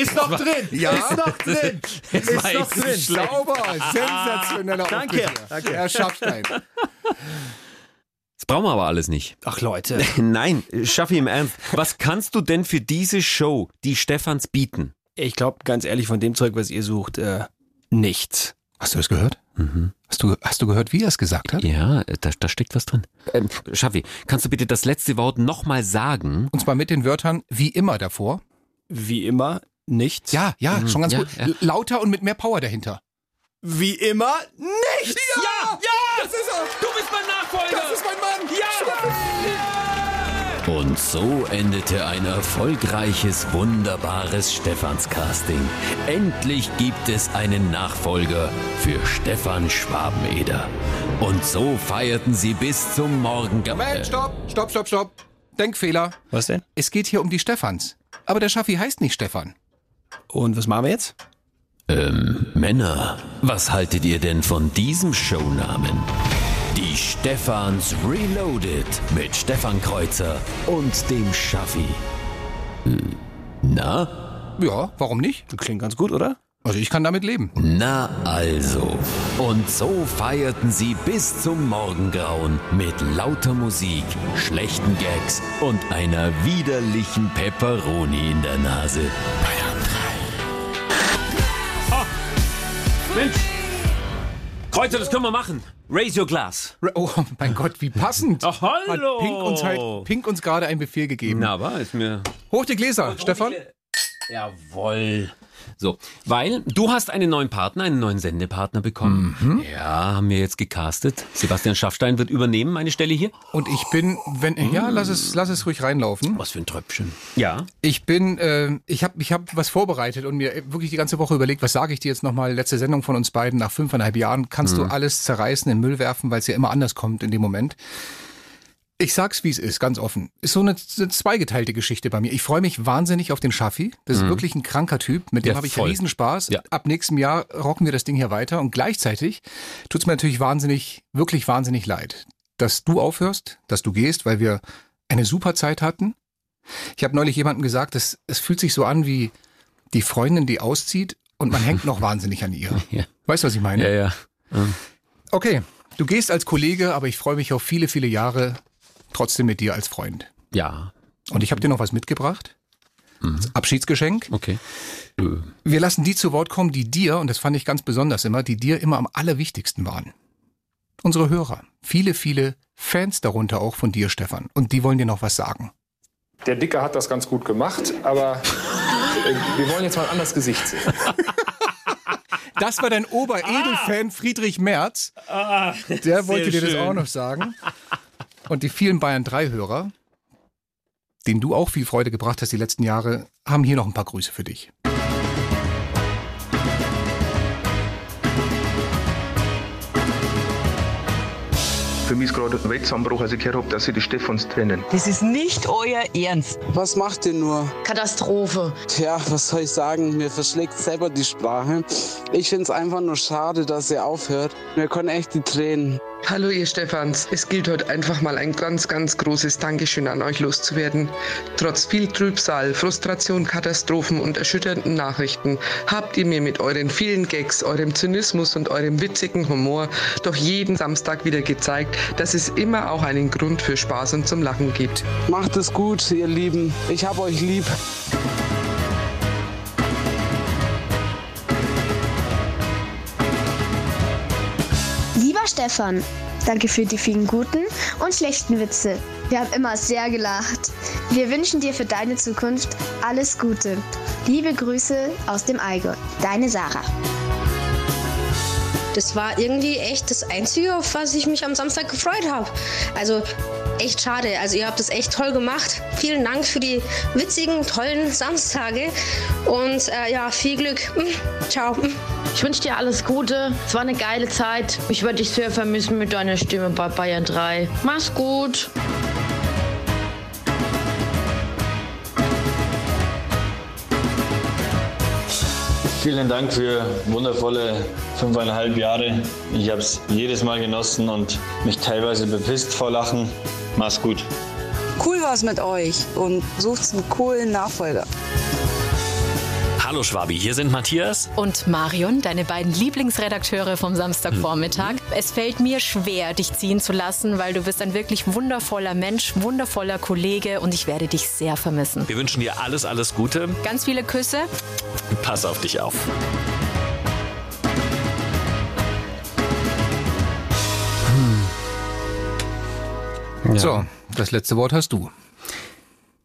Speaker 4: Ist noch drin! Ja. Ist noch drin!
Speaker 2: Jetzt war ich so schlecht.
Speaker 4: Sauber! Sensationeller
Speaker 12: Danke.
Speaker 4: Auftritt hier.
Speaker 12: Danke.
Speaker 4: Herr Schaffstein.
Speaker 2: Das brauchen wir aber alles nicht.
Speaker 12: Ach Leute.
Speaker 2: Nein, Schaffi im Ernst. Was kannst du denn für diese Show, die Stefans bieten?
Speaker 12: Ich glaube, ganz ehrlich, von dem Zeug, was ihr sucht, äh, nichts.
Speaker 4: Hast du das gehört? Hast, du, hast du gehört, wie er es gesagt hat?
Speaker 2: Ja, äh, da, da steckt was drin. Ähm, Schaffi, kannst du bitte das letzte Wort nochmal sagen?
Speaker 4: Und zwar mit den Wörtern wie immer davor.
Speaker 12: Wie immer, nichts.
Speaker 4: Ja, Mhm. ja, schon ganz
Speaker 2: ja,
Speaker 4: gut.
Speaker 2: ja.
Speaker 4: L- Lauter und mit mehr Power dahinter.
Speaker 12: Wie immer, nichts!
Speaker 2: Ja! Ja! Das ist er! Du bist mein Nachfolger!
Speaker 4: Das ist mein Mann!
Speaker 1: Und so endete ein erfolgreiches, wunderbares Stefans-Casting. Endlich gibt es einen Nachfolger für Stefan Schwabeneder. Und so feierten sie bis zum Morgen.
Speaker 4: Moment, stopp, stopp, stopp, stopp. Denkfehler.
Speaker 12: Was denn?
Speaker 4: Es geht hier um die Stefans. Aber der Schaffi heißt nicht Stefan.
Speaker 12: Und was machen wir jetzt?
Speaker 1: Ähm, Männer, was haltet ihr denn von diesem Shownamen? Die Stefans Reloaded mit Stefan Kreuzer und dem Schaffi. Hm, Na?
Speaker 4: Ja, warum nicht?
Speaker 12: Klingt ganz gut, oder?
Speaker 4: Also ich kann damit leben.
Speaker 1: Na also. Und so feierten sie bis zum Morgengrauen mit lauter Musik, schlechten Gags und einer widerlichen Pepperoni in der Nase.
Speaker 2: Mensch! Kreuzer, das können wir machen. Raise your glass.
Speaker 4: Oh mein Gott, wie passend.
Speaker 2: Ach, hallo.
Speaker 4: Hat Pink uns, halt, Pink uns gerade einen Befehl gegeben.
Speaker 2: Na, war ist mir.
Speaker 4: Hoch die Gläser, Stefan.
Speaker 2: Jawoll. So, weil du hast einen neuen Partner, einen neuen Sendepartner bekommen. Ja, haben wir jetzt gecastet. Sebastian Schaffstein wird übernehmen meine Stelle hier.
Speaker 4: Und ich bin, wenn ja, lass es, lass es ruhig reinlaufen.
Speaker 2: Was für ein Tröpfchen. Ja.
Speaker 4: Ich bin, äh, ich habe, ich habe was vorbereitet und mir wirklich die ganze Woche überlegt, was sage ich dir jetzt nochmal? Letzte Sendung von uns beiden nach fünfeinhalb Jahren kannst du
Speaker 2: Mhm.
Speaker 4: alles zerreißen, in den Müll werfen, weil es ja immer anders kommt in dem Moment. Ich sag's, wie es ist, ganz offen. Ist so eine, eine zweigeteilte Geschichte bei mir. Ich freue mich wahnsinnig auf den Schaffi. Das
Speaker 2: Mhm.
Speaker 4: ist wirklich ein kranker Typ. Mit dem
Speaker 2: Ja,
Speaker 4: habe ich
Speaker 2: voll.
Speaker 4: riesen Spaß. Ab nächstem Jahr rocken wir das Ding hier weiter. Und gleichzeitig tut's mir natürlich wahnsinnig, wirklich wahnsinnig leid, dass du aufhörst, dass du gehst, weil wir eine super Zeit hatten. Ich habe neulich jemandem gesagt, dass, es fühlt sich so an wie die Freundin, die auszieht und man hängt noch wahnsinnig an ihr. Weißt du, was ich meine?
Speaker 2: Ja, ja. Ähm,
Speaker 4: Okay, du gehst als Kollege, aber ich freue mich auf viele, viele Jahre trotzdem mit dir als Freund.
Speaker 2: Ja.
Speaker 4: Und ich habe dir noch was mitgebracht. Als Abschiedsgeschenk.
Speaker 2: Okay. Äh.
Speaker 4: Wir lassen die zu Wort kommen, die dir, und das fand ich ganz besonders immer, die dir immer am allerwichtigsten waren. Unsere Hörer. Viele, viele Fans darunter auch von dir, Stefan. Und die wollen dir noch was sagen.
Speaker 6: Der Dicke hat das ganz gut gemacht, aber äh, wir wollen jetzt mal ein anderes Gesicht sehen.
Speaker 4: Das war dein Oberedelfan Friedrich Merz. Der wollte dir
Speaker 6: Ah, sehr
Speaker 4: das
Speaker 6: schön.
Speaker 4: auch noch sagen. Und die vielen Bayern 3-Hörer, denen du auch viel Freude gebracht hast die letzten Jahre, haben hier noch ein paar Grüße für dich.
Speaker 22: Für mich ist gerade ein Weltzusammenbruch, als ich gehört habe, dass sie die Stefans trennen.
Speaker 23: Das ist nicht euer Ernst. Was macht ihr nur? Katastrophe. Tja, was soll ich sagen? Mir verschlägt selber die Sprache. Ich find's einfach nur schade, dass ihr aufhört. Mir kommen echt die Tränen.
Speaker 24: Hallo ihr Stefans, es gilt heute einfach mal ein ganz, ganz großes Dankeschön an euch loszuwerden. Trotz viel Trübsal, Frustration, Katastrophen und erschütternden Nachrichten habt ihr mir mit euren vielen Gags, eurem Zynismus und eurem witzigen Humor doch jeden Samstag wieder gezeigt, dass es immer auch einen Grund für Spaß und zum Lachen gibt.
Speaker 23: Macht es gut, ihr Lieben. Ich hab euch lieb.
Speaker 25: Lieber Stefan, danke für die vielen guten und schlechten Witze. Wir haben immer sehr gelacht. Wir wünschen dir für deine Zukunft alles Gute. Liebe Grüße aus dem Allgäu. Deine Sarah.
Speaker 26: Das war irgendwie echt das Einzige, auf was ich mich am Samstag gefreut habe. Also echt schade. Also ihr habt es echt toll gemacht. Vielen Dank für die witzigen, tollen Samstage. Und äh, ja, viel Glück. Mm, Ciao.
Speaker 27: Ich wünsche dir alles Gute. Es war eine geile Zeit. Ich werde dich sehr vermissen mit deiner Stimme bei Bayern 3. Mach's gut.
Speaker 28: Vielen Dank für wundervolle fünfeinhalb Jahre. Ich habe es jedes Mal genossen und mich teilweise bepisst vor Lachen. Mach's gut.
Speaker 29: Cool war's mit euch und sucht einen coolen Nachfolger.
Speaker 30: Hallo Schwabi, hier sind Matthias.
Speaker 31: Und Marion, deine beiden Lieblingsredakteure vom Samstagvormittag. Es fällt mir schwer, dich ziehen zu lassen, weil du bist ein wirklich wundervoller Mensch, wundervoller Kollege und ich werde dich sehr vermissen.
Speaker 30: Wir wünschen dir alles, alles Gute.
Speaker 31: Ganz viele Küsse.
Speaker 30: Pass auf dich auf.
Speaker 4: So, das letzte Wort hast du.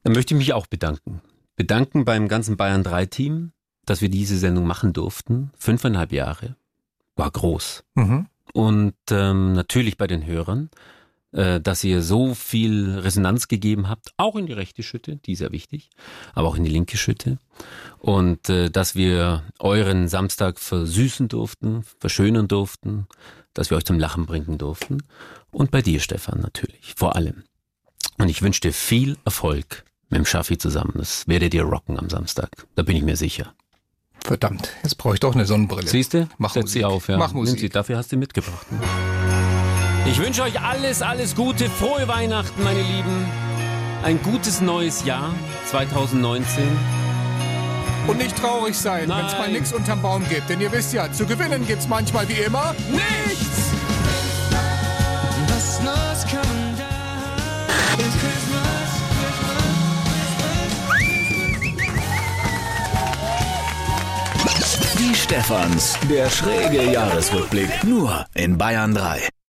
Speaker 2: Dann möchte ich mich auch bedanken. Bedanken beim ganzen Bayern 3-Team, dass wir diese Sendung machen durften. Fünfeinhalb Jahre. War groß.
Speaker 4: Mhm.
Speaker 2: Und ähm, natürlich bei den Hörern, äh, dass ihr so viel Resonanz gegeben habt, auch in die rechte Schütte, die ist ja wichtig, aber auch in die linke Schütte. Und äh, dass wir euren Samstag versüßen durften, verschönern durften, dass wir euch zum Lachen bringen durften. Und bei dir, Stefan, natürlich, vor allem. Und ich wünsche dir viel Erfolg mit dem Schaffi zusammen. Das werdet ihr rocken am Samstag. Da bin ich mir sicher.
Speaker 4: Verdammt, jetzt brauche ich doch eine Sonnenbrille.
Speaker 2: Siehst du?
Speaker 4: Mach
Speaker 2: Setz
Speaker 4: Musik.
Speaker 2: sie auf, ja.
Speaker 4: Mach
Speaker 2: Nimm
Speaker 4: Musik.
Speaker 2: sie, dafür hast du mitgebracht. ne? Ich wünsche euch alles, alles Gute, frohe Weihnachten, meine Lieben. Ein gutes neues Jahr 2019.
Speaker 4: Und nicht traurig sein, wenn es mal nichts unterm Baum gibt. Denn ihr wisst ja, zu gewinnen gibt's manchmal wie immer nichts.
Speaker 12: Die Stefans, der schräge Jahresrückblick, nur in Bayern 3.